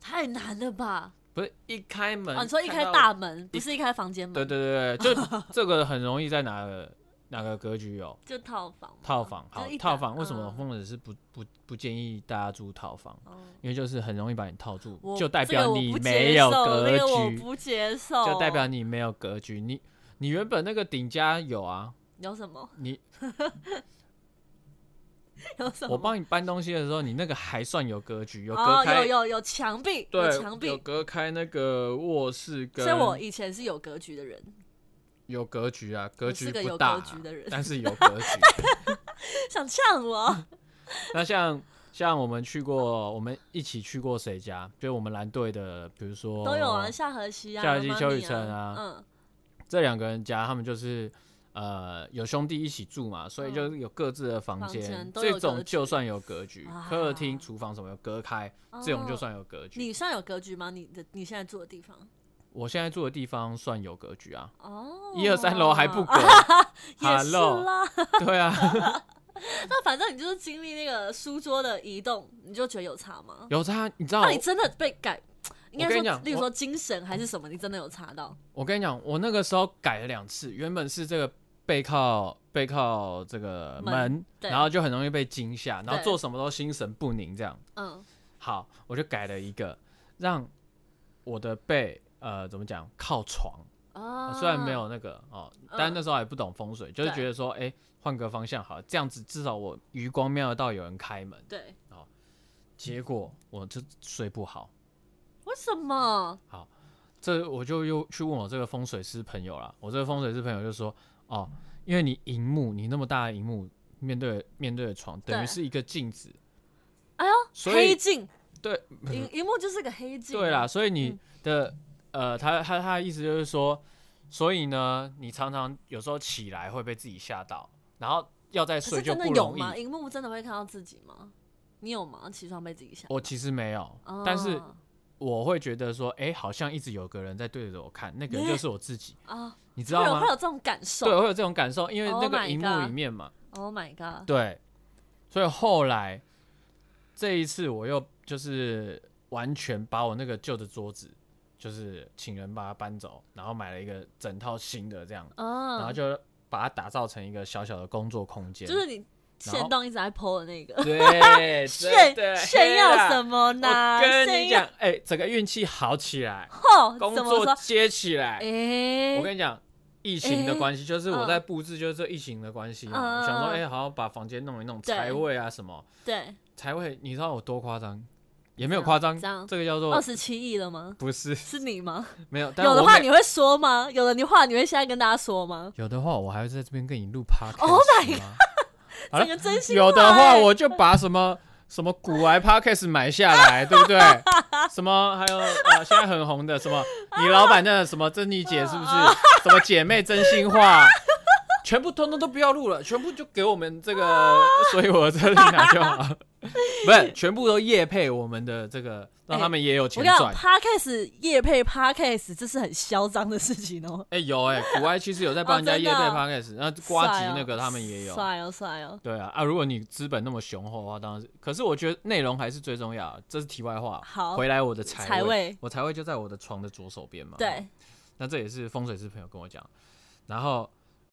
Speaker 2: 太难了吧？
Speaker 1: 不是一开门、
Speaker 2: 啊，你说一开
Speaker 1: 看到，
Speaker 2: 大门，不是一开房间
Speaker 1: 对
Speaker 2: 门，
Speaker 1: 对对 对，就这个很容易在哪个哪个格局有
Speaker 2: 就套房嘛。
Speaker 1: 套房。
Speaker 2: 哦就
Speaker 1: 好
Speaker 2: 一，打
Speaker 1: 套房为什么
Speaker 2: 嗯
Speaker 1: 风水师不不不建议大家住套房？
Speaker 2: 哦
Speaker 1: 因为就是很容易把你套住，
Speaker 2: 我
Speaker 1: 就代
Speaker 2: 这个
Speaker 1: 表
Speaker 2: 我
Speaker 1: 你
Speaker 2: 不
Speaker 1: 没
Speaker 2: 接
Speaker 1: 有
Speaker 2: 受
Speaker 1: 格
Speaker 2: 这个我
Speaker 1: 局，
Speaker 2: 不接受，
Speaker 1: 就代表你没有格局。你你原本那个顶家有啊，
Speaker 2: 有什么
Speaker 1: 你
Speaker 2: 有什么？
Speaker 1: 我帮你搬东西的时候，你那个还算有格局，有
Speaker 2: 哦
Speaker 1: 隔，
Speaker 2: 有
Speaker 1: 开，
Speaker 2: 有有墙壁，有墙
Speaker 1: 对，有
Speaker 2: 壁，
Speaker 1: 隔开那个卧室跟
Speaker 2: 所以我以前是有格局的人，
Speaker 1: 有格局啊，格
Speaker 2: 我
Speaker 1: 局
Speaker 2: 是个
Speaker 1: 不
Speaker 2: 有
Speaker 1: 大
Speaker 2: 格
Speaker 1: 啊
Speaker 2: 局的人
Speaker 1: 但是有格局。
Speaker 2: 想呛 我，
Speaker 1: 那像像我们去过，我们一起去过谁家？就是我们蓝队的，比如说
Speaker 2: 都有啊，夏荷西啊，
Speaker 1: 哦夏荷西
Speaker 2: 妈咪
Speaker 1: 邱雨辰
Speaker 2: 啊
Speaker 1: 啊，
Speaker 2: 嗯，
Speaker 1: 这两个人家，他们就是呃有兄弟一起住嘛，所以就是有各自的房
Speaker 2: 嗯房
Speaker 1: 间，
Speaker 2: 间都有
Speaker 1: 这
Speaker 2: 格
Speaker 1: 种就
Speaker 2: 局
Speaker 1: 算有格局
Speaker 2: 啊，
Speaker 1: 客厅、厨房什么有隔开，这种就
Speaker 2: 哦
Speaker 1: 算有格局。
Speaker 2: 你算有格局吗？你的你现在住的地方
Speaker 1: 我现在住的地方算有格局啊，
Speaker 2: 哦，
Speaker 1: 一二三楼 还不隔
Speaker 2: 啊，也是
Speaker 1: Hello
Speaker 2: 啦。
Speaker 1: 对啊，
Speaker 2: 那反正你就是经历那个书桌的移动，你就觉得有差吗？
Speaker 1: 有差，你知道
Speaker 2: 那你真的被改，应该
Speaker 1: 我跟你
Speaker 2: 说，
Speaker 1: 讲
Speaker 2: 例如
Speaker 1: 我
Speaker 2: 说精神还是什么，你真的有查到？
Speaker 1: 我跟你讲，我那个时候改了两次，原本是这个背靠背靠这个
Speaker 2: 门
Speaker 1: 门，
Speaker 2: 对
Speaker 1: 然后就很容易被惊吓，然后
Speaker 2: 对
Speaker 1: 做什么都心神不宁这样。
Speaker 2: 嗯，
Speaker 1: 好，我就改了一个，让我的背呃怎么讲靠床，
Speaker 2: 啊，嗯
Speaker 1: 虽然没有那个哦，但那时候还不懂风水，就是
Speaker 2: 对
Speaker 1: 觉得说，哎、换个方向好了，这样子至少我余光瞄得到有人开门。
Speaker 2: 对，
Speaker 1: 结果我就睡不好，
Speaker 2: 为什么？
Speaker 1: 这我就又去问我这个风水师朋友啦，我这个风水师朋友就说，哦，因为你荧幕，你那么大的荧幕面对面对的床，等于
Speaker 2: 对
Speaker 1: 是一个镜子，
Speaker 2: 哎呦，
Speaker 1: 所
Speaker 2: 黑
Speaker 1: 以
Speaker 2: 镜，
Speaker 1: 对
Speaker 2: 荧荧幕就是个黑镜啊。
Speaker 1: 对啦，所以你
Speaker 2: 嗯
Speaker 1: 的、呃，他他他的意思就是说，所以呢，你常常有时候起来会被自己吓到，然后要再
Speaker 2: 可
Speaker 1: 睡
Speaker 2: 是
Speaker 1: 就
Speaker 2: 真的
Speaker 1: 不
Speaker 2: 有
Speaker 1: 容易。
Speaker 2: 吗？荧幕真的会看到自己吗？你有吗？起床被自己吓？
Speaker 1: 我其实没有，但是
Speaker 2: 啊
Speaker 1: 我会觉得说，哎、好像一直有个人在对着我看，那个人就是我自己，
Speaker 2: 啊，
Speaker 1: 你知
Speaker 2: 会
Speaker 1: 道
Speaker 2: 有
Speaker 1: 吗
Speaker 2: 会？有这种感
Speaker 1: 对，
Speaker 2: 受
Speaker 1: 会有这种感受，因为
Speaker 2: Oh
Speaker 1: 那个
Speaker 2: my
Speaker 1: 荧幕
Speaker 2: God
Speaker 1: 里面嘛，
Speaker 2: ？Oh my god！
Speaker 1: 对，所以后来这一次我又就是完全把我那个旧的桌子，就是请人把它搬走，然后买了一个整套新的这样，然后
Speaker 2: 嗯，
Speaker 1: 就把它打造成一个小小的工作空间，
Speaker 2: 就是你
Speaker 1: 然后
Speaker 2: 线动一直在 PO 的那个，
Speaker 1: 对
Speaker 2: 炫
Speaker 1: 对
Speaker 2: 炫耀什么
Speaker 1: 么？
Speaker 2: 呢？
Speaker 1: 我跟
Speaker 2: 炫
Speaker 1: 你
Speaker 2: 耀
Speaker 1: 讲，哎、整个运气好起 来，
Speaker 2: 吼，
Speaker 1: 工
Speaker 2: 怎么
Speaker 1: 作
Speaker 2: 说？
Speaker 1: 接起来。
Speaker 2: 哎
Speaker 1: 我，跟你讲，疫情的关系，就是我
Speaker 2: 嗯
Speaker 1: 在布置，就是这疫情的关系嘛，
Speaker 2: 嗯嗯
Speaker 1: 想说，
Speaker 2: 嗯
Speaker 1: 哎、好好把房间弄一弄，
Speaker 2: 对
Speaker 1: 财位啊什么
Speaker 2: 对，
Speaker 1: 财位，你知道我多夸张？也没有夸张，
Speaker 2: 这样
Speaker 1: 这个叫做
Speaker 2: 二十七亿了吗？
Speaker 1: 不是
Speaker 2: 是你吗？
Speaker 1: 没有，但
Speaker 2: 有的
Speaker 1: 我
Speaker 2: 话
Speaker 1: 每
Speaker 2: 你会说吗？有的话你会现在跟大家说吗？
Speaker 1: 有的话，我还会在这边跟你录 p o d
Speaker 2: Oh my
Speaker 1: 好了
Speaker 2: 这个真心
Speaker 1: 有的话，
Speaker 2: 欸
Speaker 1: 我就把什么什么古癌 podcast 买下 来，对不对？什么还有呃，现在很红的什么，
Speaker 2: 啊
Speaker 1: 你老板那什么珍妮姐是不是？什么姐妹真心话，全部通通都不要录了，全部就给我们 这个，所以我这里拿就好，不是全部都业配我们的这个，让他们也有
Speaker 2: 我
Speaker 1: 钱
Speaker 2: 跟你
Speaker 1: 赚
Speaker 2: 讲。，Podcast 夜配 Podcast 这是很嚣张的事情哦。
Speaker 1: 哎、有哎、古埃其实有在帮人家
Speaker 2: 哦真
Speaker 1: 业
Speaker 2: 的
Speaker 1: 配
Speaker 2: 哦
Speaker 1: podcast，那、瓜吉
Speaker 2: 帅哦
Speaker 1: 那个他们也有。
Speaker 2: 帅哦帅哦。
Speaker 1: 对啊啊！如果你资本那么雄厚的话，当然是。可是我觉得内容还是最重要，这是题外话。
Speaker 2: 好
Speaker 1: 回来我的财
Speaker 2: 财位
Speaker 1: 我财位就在我的床的左手边嘛。，
Speaker 2: 哦对，
Speaker 1: 那这也是风水师朋友跟我讲，然后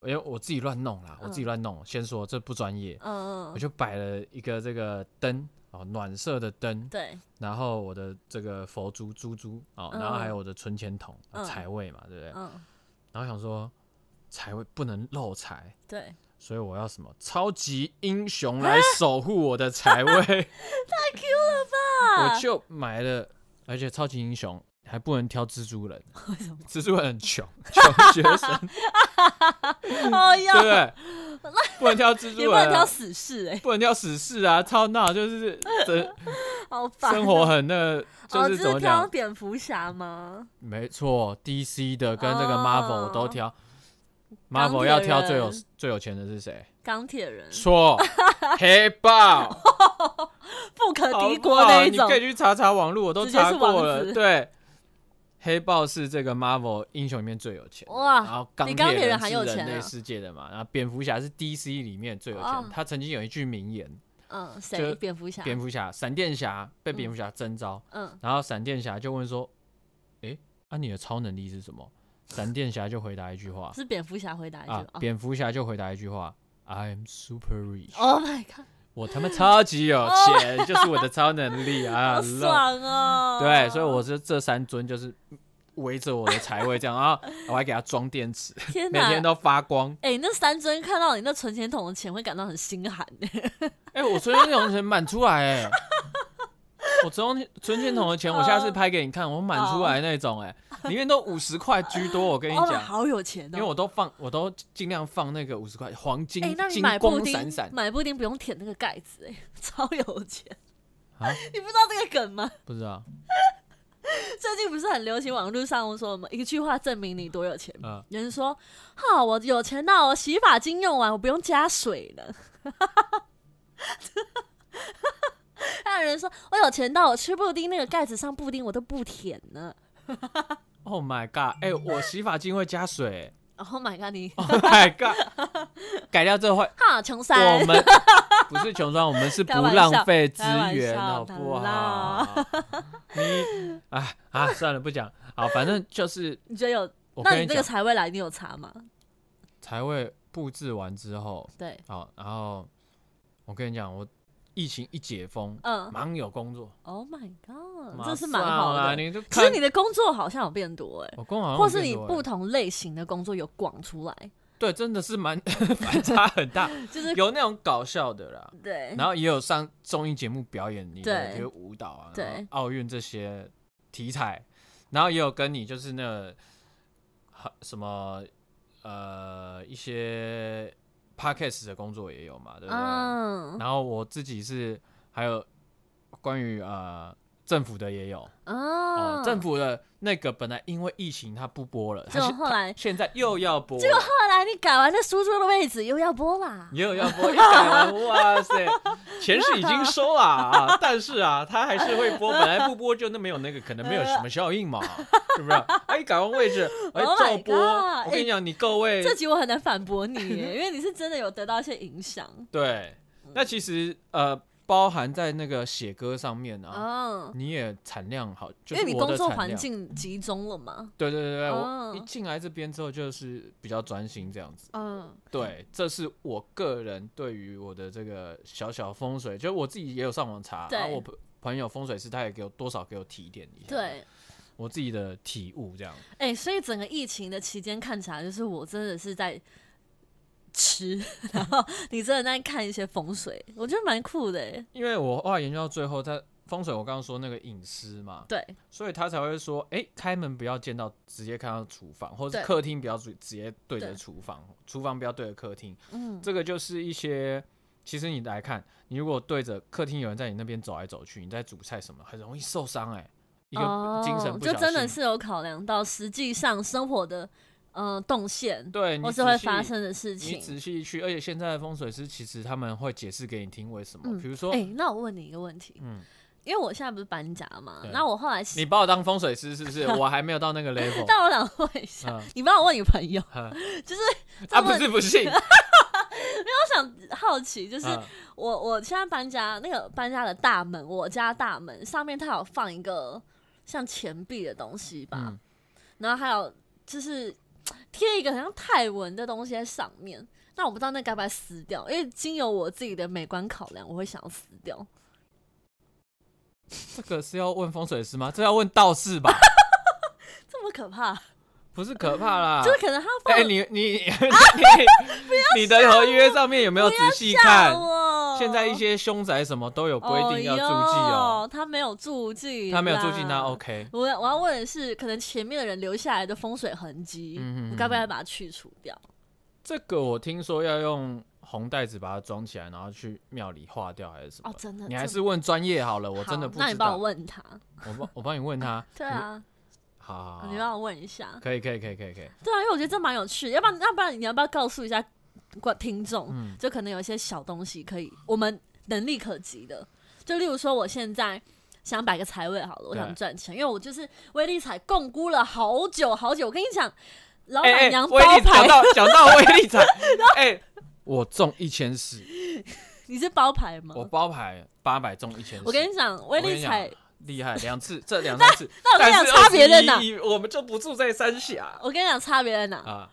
Speaker 1: 因为我自己乱弄啦，我自己乱弄，先说这不专业，
Speaker 2: 嗯
Speaker 1: 我
Speaker 2: 嗯，
Speaker 1: 就摆了一个这个灯哦，暖色的灯，
Speaker 2: 对，
Speaker 1: 然后我的这个佛珠珠珠哦，
Speaker 2: 嗯
Speaker 1: 然后还有我的存钱筒
Speaker 2: 嗯
Speaker 1: 财位嘛，对不对？
Speaker 2: 嗯
Speaker 1: 然后想说财位不能漏财，
Speaker 2: 对，
Speaker 1: 所以我要什么超级英雄
Speaker 2: 啊
Speaker 1: 来守护 我的财位，太 Q 了吧！我就买了，而且超级英雄还不能挑蜘蛛人，
Speaker 2: 为 什么？
Speaker 1: 蜘蛛人很穷，穷学 生，
Speaker 2: 哦
Speaker 1: 对不啊
Speaker 2: 哟，
Speaker 1: 对？不能挑蜘
Speaker 2: 也
Speaker 1: 蛛
Speaker 2: 不能
Speaker 1: 人
Speaker 2: 挑
Speaker 1: 啊，
Speaker 2: 死士哎、
Speaker 1: 不能挑死士啊，超闹，就是生
Speaker 2: 好 烦、
Speaker 1: 生活很那个，就
Speaker 2: 哦，
Speaker 1: 是
Speaker 2: 这
Speaker 1: 怎么
Speaker 2: 是
Speaker 1: 讲
Speaker 2: 挑？蝙蝠侠吗？
Speaker 1: 没错，DC 的跟这个
Speaker 2: 哦
Speaker 1: Marvel 都挑
Speaker 2: 钢铁
Speaker 1: ，Marvel 要挑最有
Speaker 2: 人
Speaker 1: 最有钱的是谁？
Speaker 2: 钢铁人，
Speaker 1: 错，黑豹，
Speaker 2: 不可
Speaker 1: 好
Speaker 2: 敌
Speaker 1: 不
Speaker 2: 国
Speaker 1: 好
Speaker 2: 那一
Speaker 1: 哦你
Speaker 2: 种
Speaker 1: 可以。去查查网络，我都
Speaker 2: 直接是
Speaker 1: 查过
Speaker 2: 王
Speaker 1: 了。
Speaker 2: 子
Speaker 1: 对，黑豹是这个 Marvel 英雄里面最有钱的，
Speaker 2: 哇
Speaker 1: 然后钢
Speaker 2: 比啊钢铁
Speaker 1: 人
Speaker 2: 人还有
Speaker 1: 是
Speaker 2: 钱
Speaker 1: 人类
Speaker 2: 啊
Speaker 1: 世界的嘛，然后蝙蝠侠是 DC 里面最有钱
Speaker 2: 哦
Speaker 1: 的。他曾经有一句名言：
Speaker 2: 嗯，
Speaker 1: 就
Speaker 2: 谁？蝙蝠侠。
Speaker 1: 蝙蝠侠、闪电侠被蝙蝠侠征召，
Speaker 2: 嗯，
Speaker 1: 然后闪电侠就问说：“诶，啊你的超能力是什么？”闪电侠就回答一 句话
Speaker 2: 是蝙蝠侠回答一
Speaker 1: 啊
Speaker 2: 句。，哦
Speaker 1: 蝙蝠侠就回答一句话：“I'm super rich。”
Speaker 2: Oh my god，
Speaker 1: 我他妈超级有钱，就是我的超能 力啊！
Speaker 2: 哦好
Speaker 1: look
Speaker 2: 爽哦！
Speaker 1: 对，所以我是这三尊就是围着我的财位这 样啊，然后我还给它装电池，
Speaker 2: 天
Speaker 1: 每
Speaker 2: 哪，
Speaker 1: 天都发光。
Speaker 2: 哎、那三尊看到你那存钱筒的钱，会感到很心寒。
Speaker 1: 哎、我存钱筒的钱满出来 哎、我存钱存钱筒的钱，我下次拍给你看，我满出来那种哎、里面都五十块居多，我跟 你
Speaker 2: 哦，
Speaker 1: 讲，
Speaker 2: 好有钱
Speaker 1: 因为
Speaker 2: 哦！
Speaker 1: 我都放，我都尽量放那个五十块黄金
Speaker 2: 哎、，那你
Speaker 1: 金
Speaker 2: 买布
Speaker 1: 光
Speaker 2: 丁，
Speaker 1: 闪闪
Speaker 2: 买布丁不用舔那个盖子、哎，超有钱。
Speaker 1: 啊，
Speaker 2: 你不知道这个梗吗？
Speaker 1: 不知道，
Speaker 2: 最近不是很流行网络上说什么一句话证明你多有钱吗？
Speaker 1: 嗯、
Speaker 2: 有人说：“哈，我有钱到我洗发精用完，我不用加水了。” 还有人说：“我有钱到我吃布丁，那个盖子上布丁我都不舔呢。
Speaker 1: o h my god，哎、我洗发精会加水、欸。
Speaker 2: ”Oh my god！你
Speaker 1: Oh my god！改掉这坏，
Speaker 2: 哈穷三
Speaker 1: 我，们不是穷酸，我们是不
Speaker 2: 开玩笑
Speaker 1: 浪费资
Speaker 2: 开玩
Speaker 1: 源，
Speaker 2: 笑
Speaker 1: 好
Speaker 2: 的
Speaker 1: 不
Speaker 2: 啦
Speaker 1: 好？你啊啊，算了，不讲。好，反正就是
Speaker 2: 你觉得有？
Speaker 1: 我
Speaker 2: 那
Speaker 1: 跟
Speaker 2: 你这
Speaker 1: 讲
Speaker 2: 个，财位来，你有查吗？
Speaker 1: 才会布置完之后，
Speaker 2: 对，
Speaker 1: 好，然后我跟你讲，我疫情一解封，
Speaker 2: 嗯
Speaker 1: 马上有工作，
Speaker 2: ，Oh my god，
Speaker 1: 马
Speaker 2: 这是蛮
Speaker 1: 上
Speaker 2: 好
Speaker 1: 啦
Speaker 2: 的。
Speaker 1: 你就
Speaker 2: 其实
Speaker 1: 看
Speaker 2: 你的工作好像有变多哎、
Speaker 1: 我工好像
Speaker 2: 或
Speaker 1: 有
Speaker 2: 是
Speaker 1: 变
Speaker 2: 你
Speaker 1: 多
Speaker 2: 不
Speaker 1: 欸
Speaker 2: 同类型的工作有广出来，
Speaker 1: 对，真的是蛮 反差很 大，
Speaker 2: 就是
Speaker 1: 有那种搞笑的啦，
Speaker 2: 对
Speaker 1: 然后也有上综艺节目表演你的
Speaker 2: 对
Speaker 1: 比如舞蹈啊，
Speaker 2: 对
Speaker 1: 然后奥运这些题材，然后也有跟你就是那个好什么呃一些 podcast 的工作也有嘛，对不对？
Speaker 2: 嗯
Speaker 1: 然后我自己是还有关于呃政府的也有，
Speaker 2: 啊
Speaker 1: 呃，政府的那个本来因为疫情它不播了，它
Speaker 2: 结果
Speaker 1: 现
Speaker 2: 后来
Speaker 1: 现在又要播了，
Speaker 2: 后来你改完那苏州的位置又要播啦，
Speaker 1: 也有要播一改完，哇塞，钱是已经收了 啊，但是啊，他还是会播，本来不播就那没有那个，可能没有什么效应嘛，是不是？哎，改完位置，哎，
Speaker 2: Oh my
Speaker 1: 照播。
Speaker 2: God，哎
Speaker 1: 我跟你讲，你各位
Speaker 2: 这集我很难反驳你耶，因为你是真的有得到一些影响。
Speaker 1: 对，
Speaker 2: 嗯
Speaker 1: 那其实呃，包含在那个写歌上面 啊，
Speaker 2: 嗯，
Speaker 1: 你也产量好，就
Speaker 2: 因
Speaker 1: 是
Speaker 2: 为你
Speaker 1: 我
Speaker 2: 工
Speaker 1: 的
Speaker 2: 作
Speaker 1: 产
Speaker 2: 环
Speaker 1: 量。
Speaker 2: 境集中了嘛。
Speaker 1: 对对对对，我
Speaker 2: 嗯
Speaker 1: 一进来这边之后就是比较专心这样子。
Speaker 2: 嗯，
Speaker 1: 对，这是我个人对于我的这个小小风水，就我自己也有上网查，
Speaker 2: 对
Speaker 1: 然后我朋朋友风水师他也给我多少给我提点一下，
Speaker 2: 对，
Speaker 1: 我自己的体悟这样。
Speaker 2: 哎、所以整个疫情的期间看起来，就是我真的是在吃，然 后你真的在看一些风水，我觉得蛮酷的、欸。
Speaker 1: 因为我后来研究到最后，他风水我刚刚说那个隐私嘛，
Speaker 2: 对，
Speaker 1: 所以他才会说，哎、开门不要见到直接看到厨房，或是
Speaker 2: 对
Speaker 1: 客厅不要直直接对着
Speaker 2: 对
Speaker 1: 厨房，厨房不要对着客厅，
Speaker 2: 嗯，
Speaker 1: 这个就是一些。其实你来看，你如果对着客厅有人在你那边走来走去，你在煮菜什么，很容易受伤哎、一个精神
Speaker 2: 哦
Speaker 1: 不
Speaker 2: 就
Speaker 1: 小心，
Speaker 2: 真的是有考量到实际上生活的呃动线，
Speaker 1: 对，
Speaker 2: 或
Speaker 1: 你
Speaker 2: 是
Speaker 1: 仔
Speaker 2: 会
Speaker 1: 细
Speaker 2: 发生的事
Speaker 1: 你
Speaker 2: 情。
Speaker 1: 仔细去，而且现在的风水师其实他们会解释给你听为什么，
Speaker 2: 嗯
Speaker 1: 比如说，
Speaker 2: 哎、那我问你一个问题，
Speaker 1: 嗯，
Speaker 2: 因为我现在不是搬家嘛
Speaker 1: 对，
Speaker 2: 那我后来
Speaker 1: 你把我当风水师是 不是？我还没有到那个 level，
Speaker 2: 但我想问一下，
Speaker 1: 嗯
Speaker 2: 你帮我问你朋友，
Speaker 1: 嗯
Speaker 2: 就是
Speaker 1: 啊，
Speaker 2: 这
Speaker 1: 不
Speaker 2: 么
Speaker 1: 是不信，
Speaker 2: 我想好奇， 就是
Speaker 1: 嗯
Speaker 2: 我我现在搬家，那个搬家的大门，我家大门上面它有放一个像钱币的东西吧，
Speaker 1: 嗯
Speaker 2: 然后还有就是贴一个很像泰文的东西在上面。那我不知道那该不该撕掉，因为经由我自己的美观考量，我会想要撕掉。
Speaker 1: 这个是要问风水师吗？这要问道士吧？
Speaker 2: 这么可怕，
Speaker 1: 啊不是可怕啦
Speaker 2: 就，是可能他放
Speaker 1: 哎
Speaker 2: 啊
Speaker 1: 哎，你你你你的合约上面有没有仔细
Speaker 2: 吓
Speaker 1: 看？
Speaker 2: 我，
Speaker 1: 现在一些凶宅什么都有规定要注记
Speaker 2: 哦啊
Speaker 1: 哦，
Speaker 2: 哟，他没有注记，
Speaker 1: 他没有注记那。OK，
Speaker 2: 我我要问的是，可能前面的人留下来的风水痕迹，
Speaker 1: 嗯嗯嗯
Speaker 2: 我该不该把它去除掉？
Speaker 1: 这个我听说要用红袋子把它装起来，然后去庙里化掉还是什么？
Speaker 2: 哦，真的，
Speaker 1: 你还
Speaker 2: 这
Speaker 1: 是问专业好了，我真的
Speaker 2: 好
Speaker 1: 不
Speaker 2: 那你
Speaker 1: 知
Speaker 2: 帮
Speaker 1: 道。
Speaker 2: 我
Speaker 1: 我
Speaker 2: 问他，
Speaker 1: 帮我帮你问他
Speaker 2: 。对啊，
Speaker 1: 好好嗯好，
Speaker 2: 你帮我问一下，
Speaker 1: 可以可以可以可以可以，
Speaker 2: 对啊，因为我觉得这蛮有趣的，要不然要不然你要不要告诉一下观听众，
Speaker 1: 嗯
Speaker 2: 就可能有一些小东西可以我们能力可及的，就例如说我现在。想摆个财位好了，我
Speaker 1: 对
Speaker 2: 想赚钱，因为我就是威力彩共估了好久好久。我跟你讲，老
Speaker 1: 哎
Speaker 2: 板
Speaker 1: 哎
Speaker 2: 娘包
Speaker 1: 威力
Speaker 2: 牌，
Speaker 1: 讲到讲到威力 彩，哎，我中一千四，
Speaker 2: 你是包牌吗？
Speaker 1: 我包牌八百中一千四，
Speaker 2: 我跟你讲，威力彩
Speaker 1: 厉害两次，这两三次，
Speaker 2: 那我跟你讲
Speaker 1: 但是
Speaker 2: 差别在哪
Speaker 1: 21我们就不住在三峡
Speaker 2: 我跟你讲差别在哪？
Speaker 1: 啊，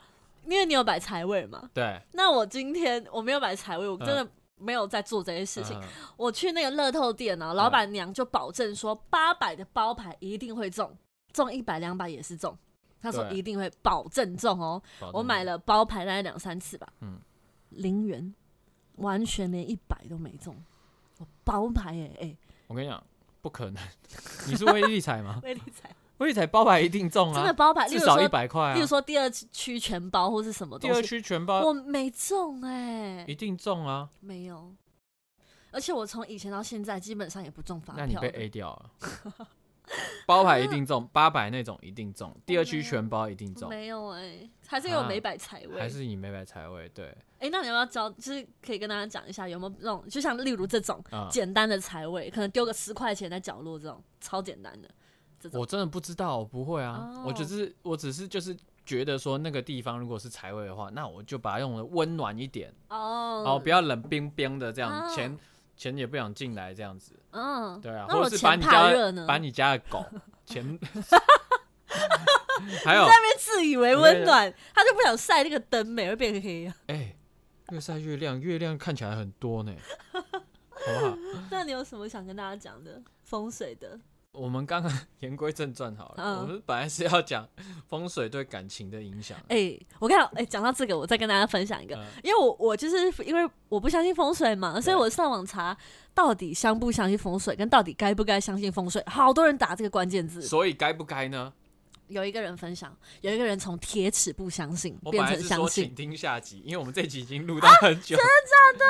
Speaker 2: 因为你有摆财位嘛。
Speaker 1: 对，
Speaker 2: 那我今天我没有摆财位，我真的没有在做这些事情。
Speaker 1: 嗯
Speaker 2: 我去那个乐透店呢、老板娘就保证说八百的包牌一定会中，中一百两百也是中。她说
Speaker 1: 对
Speaker 2: 一定会保证中哦。
Speaker 1: 保证
Speaker 2: 我买了包牌大概两三次吧，
Speaker 1: 嗯
Speaker 2: 零元，完全连一百都没中。我包牌哎、哎、？
Speaker 1: 我跟你讲，不可能。你是威力彩吗
Speaker 2: 威力彩
Speaker 1: 威力彩包牌一定中
Speaker 2: 真的
Speaker 1: 啊，
Speaker 2: 包牌，例
Speaker 1: 至
Speaker 2: 如
Speaker 1: 少一
Speaker 2: 说，
Speaker 1: 百块
Speaker 2: 例如
Speaker 1: 啊。
Speaker 2: 说第二区全包或是什么
Speaker 1: 第
Speaker 2: 东
Speaker 1: 二
Speaker 2: 西，
Speaker 1: 区全包
Speaker 2: 我没中哎、
Speaker 1: 一定中啊，
Speaker 2: 没有。而且我从以前到现在，基本上也不中发
Speaker 1: 那你
Speaker 2: 票
Speaker 1: 被
Speaker 2: 的。
Speaker 1: A 掉了。 包牌一定中，八百那种一定中，第二区全包一定中，啊
Speaker 2: 没有哎、还是因为我没摆财位。
Speaker 1: 还是你没买财位？对
Speaker 2: 哎、那你要不要教？就是可以跟大家讲一下，有没有那种，就像例如这种
Speaker 1: 啊，
Speaker 2: 简单的财位，可能丢个十块钱在角落，这种超简单的。
Speaker 1: 我真的不知道，我不会啊，
Speaker 2: 哦
Speaker 1: 我只是我只是就是觉得说那个地方如果是财位的话，那我就把它用的温暖一点，
Speaker 2: 哦
Speaker 1: 哦，不要冷冰冰的这样，
Speaker 2: 啊
Speaker 1: 钱钱也不想进来这样子。
Speaker 2: 嗯，
Speaker 1: 对啊，
Speaker 2: 那
Speaker 1: 或
Speaker 2: 我
Speaker 1: 者是把
Speaker 2: 钱
Speaker 1: 你
Speaker 2: 怕
Speaker 1: 家
Speaker 2: 热呢？
Speaker 1: 把你家的 狗前，还有
Speaker 2: 在那边自以为温暖，他就不想晒那个灯，美会变黑啊。
Speaker 1: 哎，越晒越亮，月亮看起来很多呢，好不好？
Speaker 2: 那你有什么想跟大家讲的风水的？
Speaker 1: 我们刚 刚言归正传好了，
Speaker 2: 嗯
Speaker 1: 我们本来是要讲风水对感情的影响。
Speaker 2: 哎、我看到哎，讲、到这个，我再跟大家分享一个，
Speaker 1: 嗯
Speaker 2: 因为我我就是因为我不相信风水嘛，所以
Speaker 1: 对
Speaker 2: 我上网查到底相不相信风水，跟到底该不该相信风水，好多人打这个关键字。
Speaker 1: 所以该不该呢？
Speaker 2: 有一个人分享，有一个人从铁齿不相信
Speaker 1: 我本
Speaker 2: 变
Speaker 1: 来
Speaker 2: 成
Speaker 1: 是
Speaker 2: 相
Speaker 1: 说
Speaker 2: 信啊
Speaker 1: 请，听下集，因为我们这集已经录到很久，真的假的？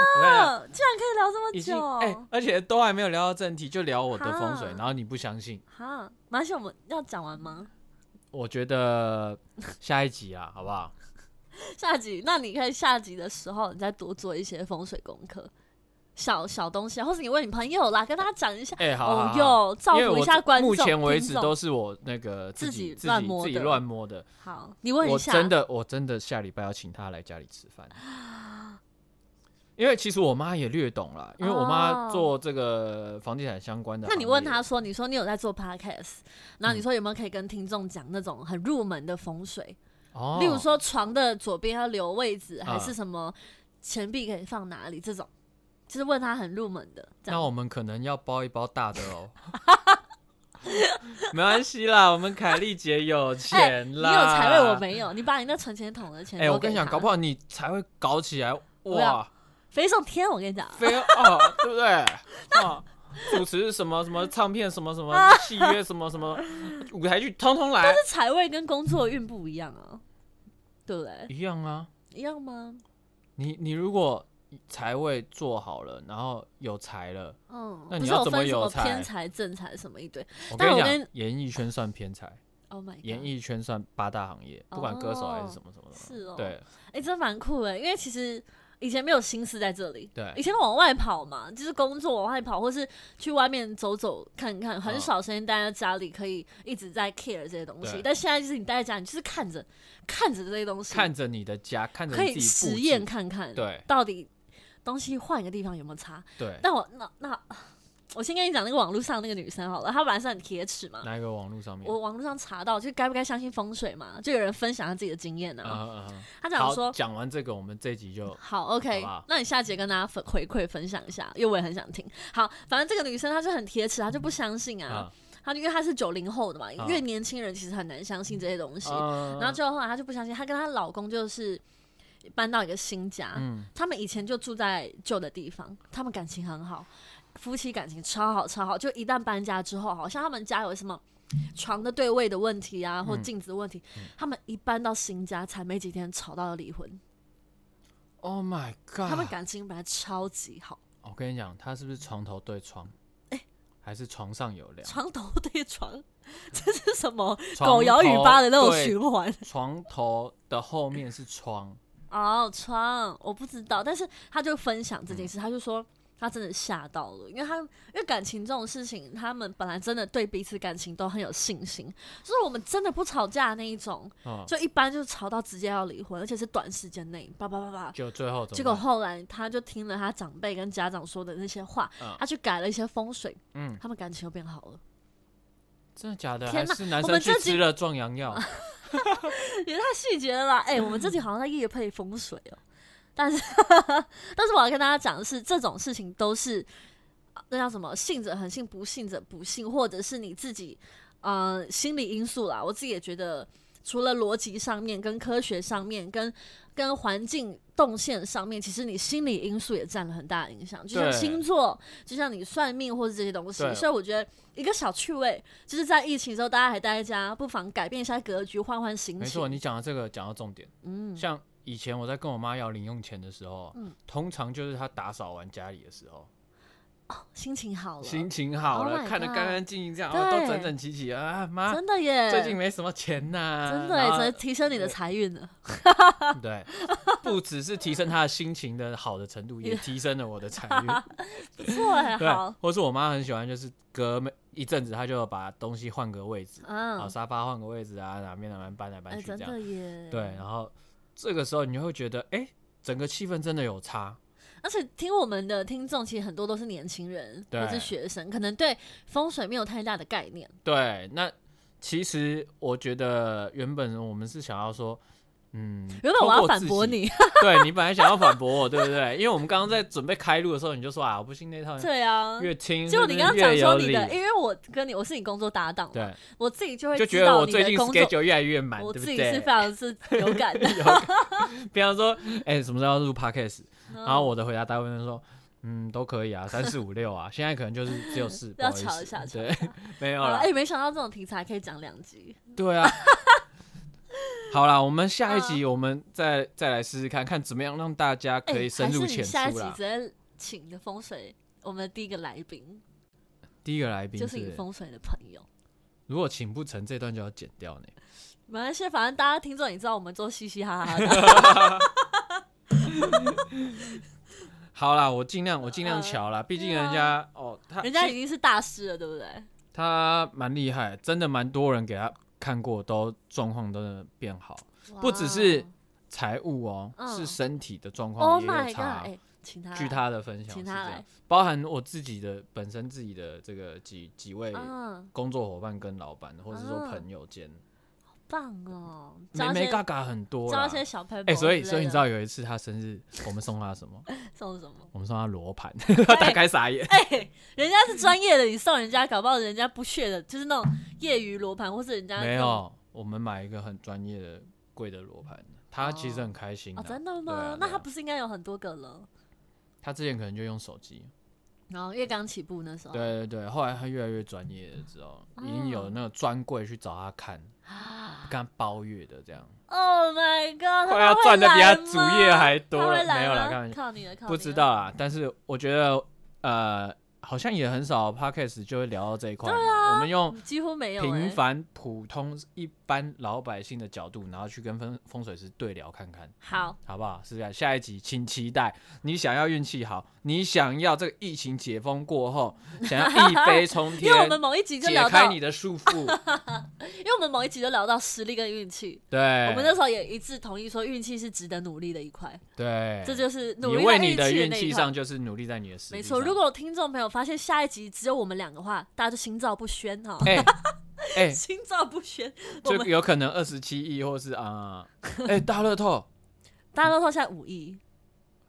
Speaker 2: 嗯，竟然可以聊这么
Speaker 1: 已经
Speaker 2: 久，哦
Speaker 1: 哎、而且都还没有聊到正题，就聊我的风水
Speaker 2: 哈，
Speaker 1: 然后你不相信，
Speaker 2: 哈，马来西亚我们要讲完吗？
Speaker 1: 我觉得下一集啊，好不好？
Speaker 2: 下集，那你可以下集的时候，你再多做一些风水功课，小小东西啊，或是你问你朋友啦，跟大家讲一下。
Speaker 1: 哎、好好
Speaker 2: 哦
Speaker 1: 好
Speaker 2: 哟，造
Speaker 1: 因为
Speaker 2: 福一
Speaker 1: 我
Speaker 2: 下观众。
Speaker 1: 目前为
Speaker 2: 听
Speaker 1: 止
Speaker 2: 众
Speaker 1: 都是我那个
Speaker 2: 自己
Speaker 1: 己自
Speaker 2: 乱
Speaker 1: 己
Speaker 2: 摸
Speaker 1: 自己
Speaker 2: 的
Speaker 1: 乱摸的。
Speaker 2: 好，你问一
Speaker 1: 我
Speaker 2: 下，
Speaker 1: 真的我真的下礼拜要请她来家里吃饭，因为其实我妈也略懂啦，因为我妈
Speaker 2: 哦
Speaker 1: 做这个房地产相关的
Speaker 2: 那
Speaker 1: 行业。嗯
Speaker 2: 你问他说，你说你有在做 podcast，然后你说有没有可以跟听众讲那种很入门的风水，
Speaker 1: 哦，
Speaker 2: 例如说床的左边要留位置，
Speaker 1: 嗯
Speaker 2: 还是什么钱币可以放哪里这种，就是问他很入门的。这
Speaker 1: 那
Speaker 2: 样
Speaker 1: 我们可能要包一包大的哦。 没关系啦，我们凯丽姐有钱
Speaker 2: 哎你有
Speaker 1: 啦。
Speaker 2: 财位，我。没有，你把你那存钱筒的钱
Speaker 1: 哎、
Speaker 2: 都给他，
Speaker 1: 我跟你讲，搞不好你才会搞起来
Speaker 2: 不要
Speaker 1: 哇，
Speaker 2: 飞上天，我跟你讲。
Speaker 1: 非哦， 对不对？哦，主持什么什么唱片什么 什么契约什么什么舞台剧，通通来
Speaker 2: 财位跟工作运不一样啊，对不对？
Speaker 1: 一样啊。
Speaker 2: 一样吗？
Speaker 1: 你你如果财位做好了，然后有财了，
Speaker 2: 嗯，
Speaker 1: 那
Speaker 2: 不
Speaker 1: 你
Speaker 2: 是
Speaker 1: 要
Speaker 2: 有
Speaker 1: 怎么
Speaker 2: 分什
Speaker 1: 有
Speaker 2: 么
Speaker 1: 财
Speaker 2: 偏财、正财什么一堆
Speaker 1: 我
Speaker 2: 但
Speaker 1: 跟你
Speaker 2: 我
Speaker 1: 讲，演艺圈算偏财，
Speaker 2: ？Oh my god！
Speaker 1: 演艺圈算八大行业，不管歌手还是什么什么的。
Speaker 2: 是哦，
Speaker 1: 对
Speaker 2: 哎、真蛮酷的，因为其实以前没有心思在这里，以
Speaker 1: 对，
Speaker 2: 前往外跑嘛，就是工作往外跑，或是去外面走走看看，很
Speaker 1: 嗯
Speaker 2: 少时间待在家里，可以一直在 care 这些东西
Speaker 1: 对。
Speaker 2: 但现在就是你待在家，你就是看着看着这些东西，
Speaker 1: 看着你的家，看着
Speaker 2: 可
Speaker 1: 你
Speaker 2: 以
Speaker 1: 自己
Speaker 2: 实
Speaker 1: 布置
Speaker 2: 验看看，
Speaker 1: 对
Speaker 2: 到底东西换个地方有没有差。
Speaker 1: 对，
Speaker 2: 但我那那我先跟你讲那个网络上那个女生好了，她本来是很铁齿嘛。
Speaker 1: 哪一个网络上面？
Speaker 2: 我网络上查到，就该不该相信风水嘛？就有人分享他自己的经验呢、
Speaker 1: 啊啊啊！
Speaker 2: 他
Speaker 1: 啊
Speaker 2: 讲说
Speaker 1: 好，，讲完这个，我们这集就
Speaker 2: 好，OK，
Speaker 1: 好吧
Speaker 2: 那你下节跟大家分回馈分享一下，因为我也很想听。好，反正这个女生她就很铁齿，她就不相信 啊，
Speaker 1: 啊，
Speaker 2: 她就因为她是九零后的嘛，
Speaker 1: 嗯
Speaker 2: 因为年轻人其实很难相信这些东西。
Speaker 1: 然
Speaker 2: 然后最后后来她就不相信，她跟她老公就是搬到一个新家，
Speaker 1: 嗯，
Speaker 2: 他们以前就住在旧的地方，他们感情很好，夫妻感情超好超好。就一旦搬家之后，好像他们家有什么床的对位的问题啊，或
Speaker 1: 嗯
Speaker 2: 镜子的问题，他们一搬到新家才没几天，吵到了离婚。
Speaker 1: Oh my god！
Speaker 2: 他们感情本来超级好，
Speaker 1: 我跟你讲，他是不是床头对床？
Speaker 2: 哎
Speaker 1: 还是床上有 梁？
Speaker 2: 床头对床， 这是什么
Speaker 1: 啊床
Speaker 2: 狗咬
Speaker 1: 头
Speaker 2: 雨巴的那种
Speaker 1: 对
Speaker 2: 循环？
Speaker 1: 床头的后面是窗，
Speaker 2: 哦，窗我不知道，但是他就分享这件
Speaker 1: 嗯
Speaker 2: 事，他就说他真的吓到了，因为他因为感情这种事情，他们本来真的对彼此感情都很有信心，就是我们真的不吵架那一种，
Speaker 1: 嗯，
Speaker 2: 就一般就是吵到直接要离婚，而且是短时间内，叭叭叭叭。
Speaker 1: 就最后怎么办？
Speaker 2: 结果后来他就听了他长辈跟家长说的那些话，
Speaker 1: 嗯
Speaker 2: 他去改了一些风水，
Speaker 1: 嗯，
Speaker 2: 他们感情又变好了。
Speaker 1: 真的假的？
Speaker 2: 天
Speaker 1: 还
Speaker 2: 哪
Speaker 1: 是男
Speaker 2: 我
Speaker 1: 生
Speaker 2: 们
Speaker 1: 去
Speaker 2: 这集啊
Speaker 1: 吃了壮阳药？
Speaker 2: 也太细节了啦！哎、我们自己
Speaker 1: 嗯
Speaker 2: 好像在夜配风水哦、但是但是我要跟大家讲的是，这种事情都是呃那叫什么，信者恒信，不信者不信，或者是你自己呃心理因素啦。我自己也觉得，除了逻辑上面、跟科学上面、跟跟环境动线上面，其实你心理因素也占了很大的影响。就像
Speaker 1: 对
Speaker 2: 星座，就像你算命或者这些东西
Speaker 1: 对，
Speaker 2: 所以我觉得一个小趣味，就是在疫情之后大家还待在家，不妨改变一下格局，换换心情。
Speaker 1: 没错，你讲到这个讲到重点。
Speaker 2: 嗯，
Speaker 1: 像以前我在跟我妈要零用钱的时候，
Speaker 2: 嗯
Speaker 1: 通常就是她打扫完家里的时候，
Speaker 2: 心情好了，
Speaker 1: 心情好
Speaker 2: Oh
Speaker 1: 了，
Speaker 2: my
Speaker 1: 看得
Speaker 2: God
Speaker 1: 干干净净，这样哦都
Speaker 2: 对
Speaker 1: 整整齐齐啊，妈。
Speaker 2: 真的耶，
Speaker 1: 最近没什么钱呐、
Speaker 2: 真
Speaker 1: 然
Speaker 2: 的
Speaker 1: 后
Speaker 2: 耶，只提升你的财运 了。
Speaker 1: 对，不只是提升她的心情的好的程 度，也提升了我的财运。
Speaker 2: 不错哎，
Speaker 1: 对啊
Speaker 2: 好，，
Speaker 1: 或是我妈很喜欢，就是隔每一阵子，她就把东西换个位置，啊，
Speaker 2: 嗯，
Speaker 1: 沙发换个位置啊，哪边哪边搬来搬
Speaker 2: 哎，
Speaker 1: 去这
Speaker 2: 真
Speaker 1: 样。
Speaker 2: 的耶，
Speaker 1: 对，然后这个时候你就会觉得，哎、整个气氛真的有差。
Speaker 2: 而且听我们的听众，其实很多都是年轻人
Speaker 1: 对
Speaker 2: 或是学生，可能对风水没有太大的概念。
Speaker 1: 对，那其实我觉得原本我们是想要说，嗯，
Speaker 2: 原本我
Speaker 1: 透
Speaker 2: 要
Speaker 1: 过
Speaker 2: 反
Speaker 1: 自
Speaker 2: 驳
Speaker 1: 己，
Speaker 2: 你，
Speaker 1: 对你本来想要反驳我，对不对？因为我们刚刚在准备开录的时候，你就说啊，我不信那套，
Speaker 2: 对啊。
Speaker 1: 越听
Speaker 2: 结果你
Speaker 1: 是
Speaker 2: 刚刚
Speaker 1: 越
Speaker 2: 讲
Speaker 1: 有
Speaker 2: 说你的，
Speaker 1: 理
Speaker 2: 因为我跟你我是你工作搭档，
Speaker 1: 对，，
Speaker 2: 我自己就会
Speaker 1: 就觉
Speaker 2: 知
Speaker 1: 得
Speaker 2: 道
Speaker 1: 我
Speaker 2: 你
Speaker 1: 最
Speaker 2: 的
Speaker 1: 近
Speaker 2: 工作，
Speaker 1: schedule 越来越满，
Speaker 2: 我
Speaker 1: 对不
Speaker 2: 自己是
Speaker 1: 对
Speaker 2: 非？常是有 感的。
Speaker 1: 比方说，哎、什么时候要录 podcast？、
Speaker 2: 然
Speaker 1: 然后我的回答大部分都说。嗯，都 可以啊，三四五六啊，现在可能就是只有四，不
Speaker 2: 要
Speaker 1: 好意
Speaker 2: 吵
Speaker 1: 思
Speaker 2: 一下吵
Speaker 1: 对， 没有
Speaker 2: 好了，
Speaker 1: 了
Speaker 2: 哎，，没想到这种题材可以讲两集，
Speaker 1: 对啊。好啦，我们下一集我们再再来试试看看怎么样让大家
Speaker 2: 哎
Speaker 1: 可以深入
Speaker 2: 还是
Speaker 1: 浅
Speaker 2: 你下一
Speaker 1: 出
Speaker 2: 集
Speaker 1: 啦
Speaker 2: 直。接请的风水，我们的第一个来宾
Speaker 1: 第一个来宾
Speaker 2: 就是你
Speaker 1: 是，
Speaker 2: 风水的朋友。
Speaker 1: 如果请不成这段就要剪掉呢。
Speaker 2: 没关系，反正大家听众也知道我们都嘻嘻 哈哈的。
Speaker 1: 好啦，我尽量我尽量瞧啦，毕竟
Speaker 2: 嗯对啊
Speaker 1: 人家哦，他
Speaker 2: 人家已
Speaker 1: 其实
Speaker 2: 经是大师了，对不对？
Speaker 1: 他蛮厉害，真的蛮多人给他看过，都状况真的变好，不只是财务哦，
Speaker 2: 嗯
Speaker 1: 是身体的状
Speaker 2: 哇 Oh
Speaker 1: 况也
Speaker 2: my god！
Speaker 1: 有差
Speaker 2: 哎、。请他，
Speaker 1: 据，他的分享是
Speaker 2: 请
Speaker 1: 这
Speaker 2: 他来
Speaker 1: 样，包含我自己的本身自己的这个几几位
Speaker 2: 嗯，
Speaker 1: 工作伙伴跟老板，或者是说
Speaker 2: 啊
Speaker 1: 朋友间，
Speaker 2: 棒哦，
Speaker 1: 没
Speaker 2: 教一
Speaker 1: 没
Speaker 2: 些
Speaker 1: 嘎嘎很多
Speaker 2: 教
Speaker 1: 啦
Speaker 2: 一。些小朋友。
Speaker 1: 哎、所以所以你知道有一次他生日，我们送他 什么？
Speaker 2: 送什么？
Speaker 1: 我们送他罗盘，他 大开傻眼。
Speaker 2: 哎、人家是专业的，你送人家，搞不好人家不屑的，就是那种业余罗盘，或是人家
Speaker 1: 没
Speaker 2: 那种。
Speaker 1: 有，我们买一个很专业的贵的罗盘，他其实很开心、
Speaker 2: 哦，真的
Speaker 1: 对啊
Speaker 2: 吗？
Speaker 1: 对啊
Speaker 2: 那他不是应该有很多个了？
Speaker 1: 他之前可能就用手机，
Speaker 2: 然后因为刚起步那时候，
Speaker 1: 对对对。后来他越来越专业了之后，已经有那个专柜去找他看，
Speaker 2: 哦啊
Speaker 1: 跟他包月的这样，
Speaker 2: ，Oh my god！
Speaker 1: 快要赚的比
Speaker 2: 他
Speaker 1: 他主业还多
Speaker 2: 他
Speaker 1: 了
Speaker 2: 会。来
Speaker 1: 没有啦，
Speaker 2: 吗
Speaker 1: 开玩笑。
Speaker 2: 靠你了，靠你了。啊
Speaker 1: 不知道啦，但是我觉得呃，好像也很少 podcast 就会聊到这一块嘛。我们用
Speaker 2: 几乎啊没有、欸。
Speaker 1: 平凡、普通、一般老百姓的角度，然后去跟风风水师对聊看看，
Speaker 2: 好，
Speaker 1: 好不好？是这样，下一集请期待。你想要运气好，你想要这个疫情解封过后，想要一飞冲
Speaker 2: 因为我
Speaker 1: 天，
Speaker 2: 们某一集就
Speaker 1: 解
Speaker 2: 聊
Speaker 1: 开
Speaker 2: 到，
Speaker 1: 你的束缚。
Speaker 2: 因为我们某一集就聊到实力跟运气，
Speaker 1: 对，
Speaker 2: 我们那时候也一致同意说运气是值得努力的一块，
Speaker 1: 对，
Speaker 2: 这就是努
Speaker 1: 哎你
Speaker 2: 力
Speaker 1: 为
Speaker 2: 在
Speaker 1: 你的
Speaker 2: 运
Speaker 1: 运
Speaker 2: 那一
Speaker 1: 气
Speaker 2: 块。
Speaker 1: 上，就是努力在你的实力
Speaker 2: 没错，
Speaker 1: 上
Speaker 2: 如果有听众朋友发现下一集只有我们两个话，大家就心照不宣哈、
Speaker 1: 哎哎，
Speaker 2: 心照不宣。我
Speaker 1: 就
Speaker 2: 们
Speaker 1: 有可能二十七亿，或是 啊，哎、大乐透
Speaker 2: 大家都说现在五亿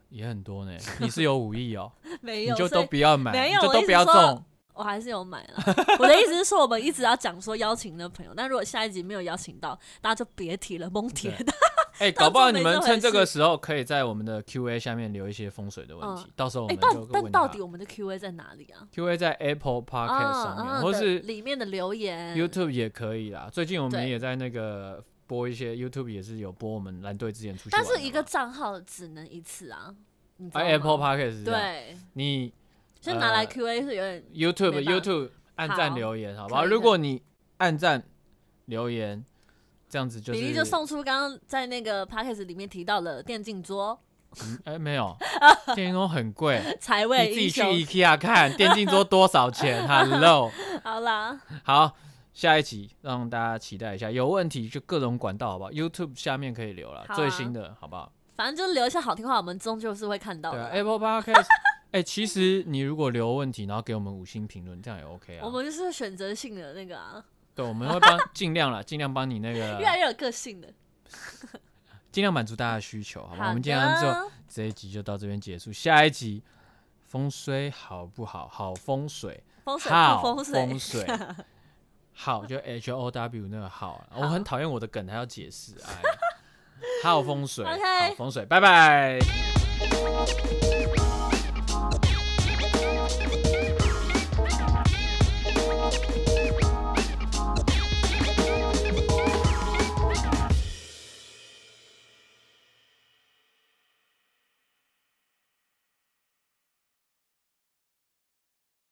Speaker 1: 也很多呢。你是有五亿哦，
Speaker 2: 没
Speaker 1: 你
Speaker 2: 有，
Speaker 1: 就
Speaker 2: 所
Speaker 1: 都
Speaker 2: 以
Speaker 1: 不要买，
Speaker 2: 没有
Speaker 1: 你就
Speaker 2: 我
Speaker 1: 都
Speaker 2: 一
Speaker 1: 不
Speaker 2: 直
Speaker 1: 要
Speaker 2: 说
Speaker 1: 中。
Speaker 2: 我还是有买了。我的意思是说，我们一直要讲说邀请的朋友，但如果下一集没有邀请到，大家就别提了，蒙铁
Speaker 1: 对
Speaker 2: 的。
Speaker 1: 哎、 哎、搞不好
Speaker 2: 当作没
Speaker 1: 你们
Speaker 2: 这回
Speaker 1: 趁这个
Speaker 2: 事
Speaker 1: 时候，可以在我们的 Q&A 下面留一些风水的问题，
Speaker 2: 嗯
Speaker 1: 到时候我
Speaker 2: 哎、
Speaker 1: 们就
Speaker 2: 但但
Speaker 1: 问
Speaker 2: 到
Speaker 1: 他
Speaker 2: 底我们的 Q&A 在哪里啊？
Speaker 1: Q&A 在 Apple Podcast 上面，
Speaker 2: 嗯嗯
Speaker 1: 或
Speaker 2: 的
Speaker 1: 是
Speaker 2: 里面的留言
Speaker 1: YouTube 也可以啦。最近我们
Speaker 2: 嗯对
Speaker 1: 也在那个播一些 YouTube，也是有播我们蓝队之前出去
Speaker 2: 但
Speaker 1: 玩的嘛，
Speaker 2: 是一个账号只能一次啊，你知
Speaker 1: 啊
Speaker 2: 道吗
Speaker 1: Apple Podcast 啊是这样，
Speaker 2: 对，
Speaker 1: 你
Speaker 2: 就拿来
Speaker 1: 呃
Speaker 2: Q&A 是有点
Speaker 1: YouTube
Speaker 2: 没办法
Speaker 1: YouTube 按赞
Speaker 2: 好
Speaker 1: 留言，好不好？
Speaker 2: 可以
Speaker 1: 如
Speaker 2: 的
Speaker 1: 果你按赞留言，这样子就是
Speaker 2: 比例就送出刚刚在那个 p a c k a g e 里面提到的电竞桌、
Speaker 1: 嗯哎、没 有，电竞桌很贵，
Speaker 2: 财位
Speaker 1: 你自
Speaker 2: 英
Speaker 1: 己去
Speaker 2: 雄。
Speaker 1: IKEA 看电竞桌多 少钱？Hello，
Speaker 2: 好啦，
Speaker 1: 好，下一集让大家期待一下，有问题就各种管道，好不好？YouTube 下面可以留了、
Speaker 2: 好啊
Speaker 1: 最新的，好不好？
Speaker 2: 反正就是留一下好听话，我们终究是会看到
Speaker 1: 对
Speaker 2: 的
Speaker 1: 啊
Speaker 2: 啦。
Speaker 1: ，Apple Podcast，哎、其实你如果留问题，然后给我们五星评论，这样也 OK 啊
Speaker 2: 我。们就是选择性的那个啊，
Speaker 1: 对，我们会帮 尽量啦，尽量帮你那个
Speaker 2: 越，来越有个性的。
Speaker 1: 尽量满足大家的需求，好
Speaker 2: 好
Speaker 1: 不
Speaker 2: 的，
Speaker 1: 好？我们今天就这一集就到这边结束，下一集风水好不好？好风水。
Speaker 2: 风水
Speaker 1: 好
Speaker 2: 不风水，
Speaker 1: 风水 好，就 H O W 那个好啊，我很讨厌我的梗还要解释，哎，好风水，
Speaker 2: OK
Speaker 1: 好风水，拜拜。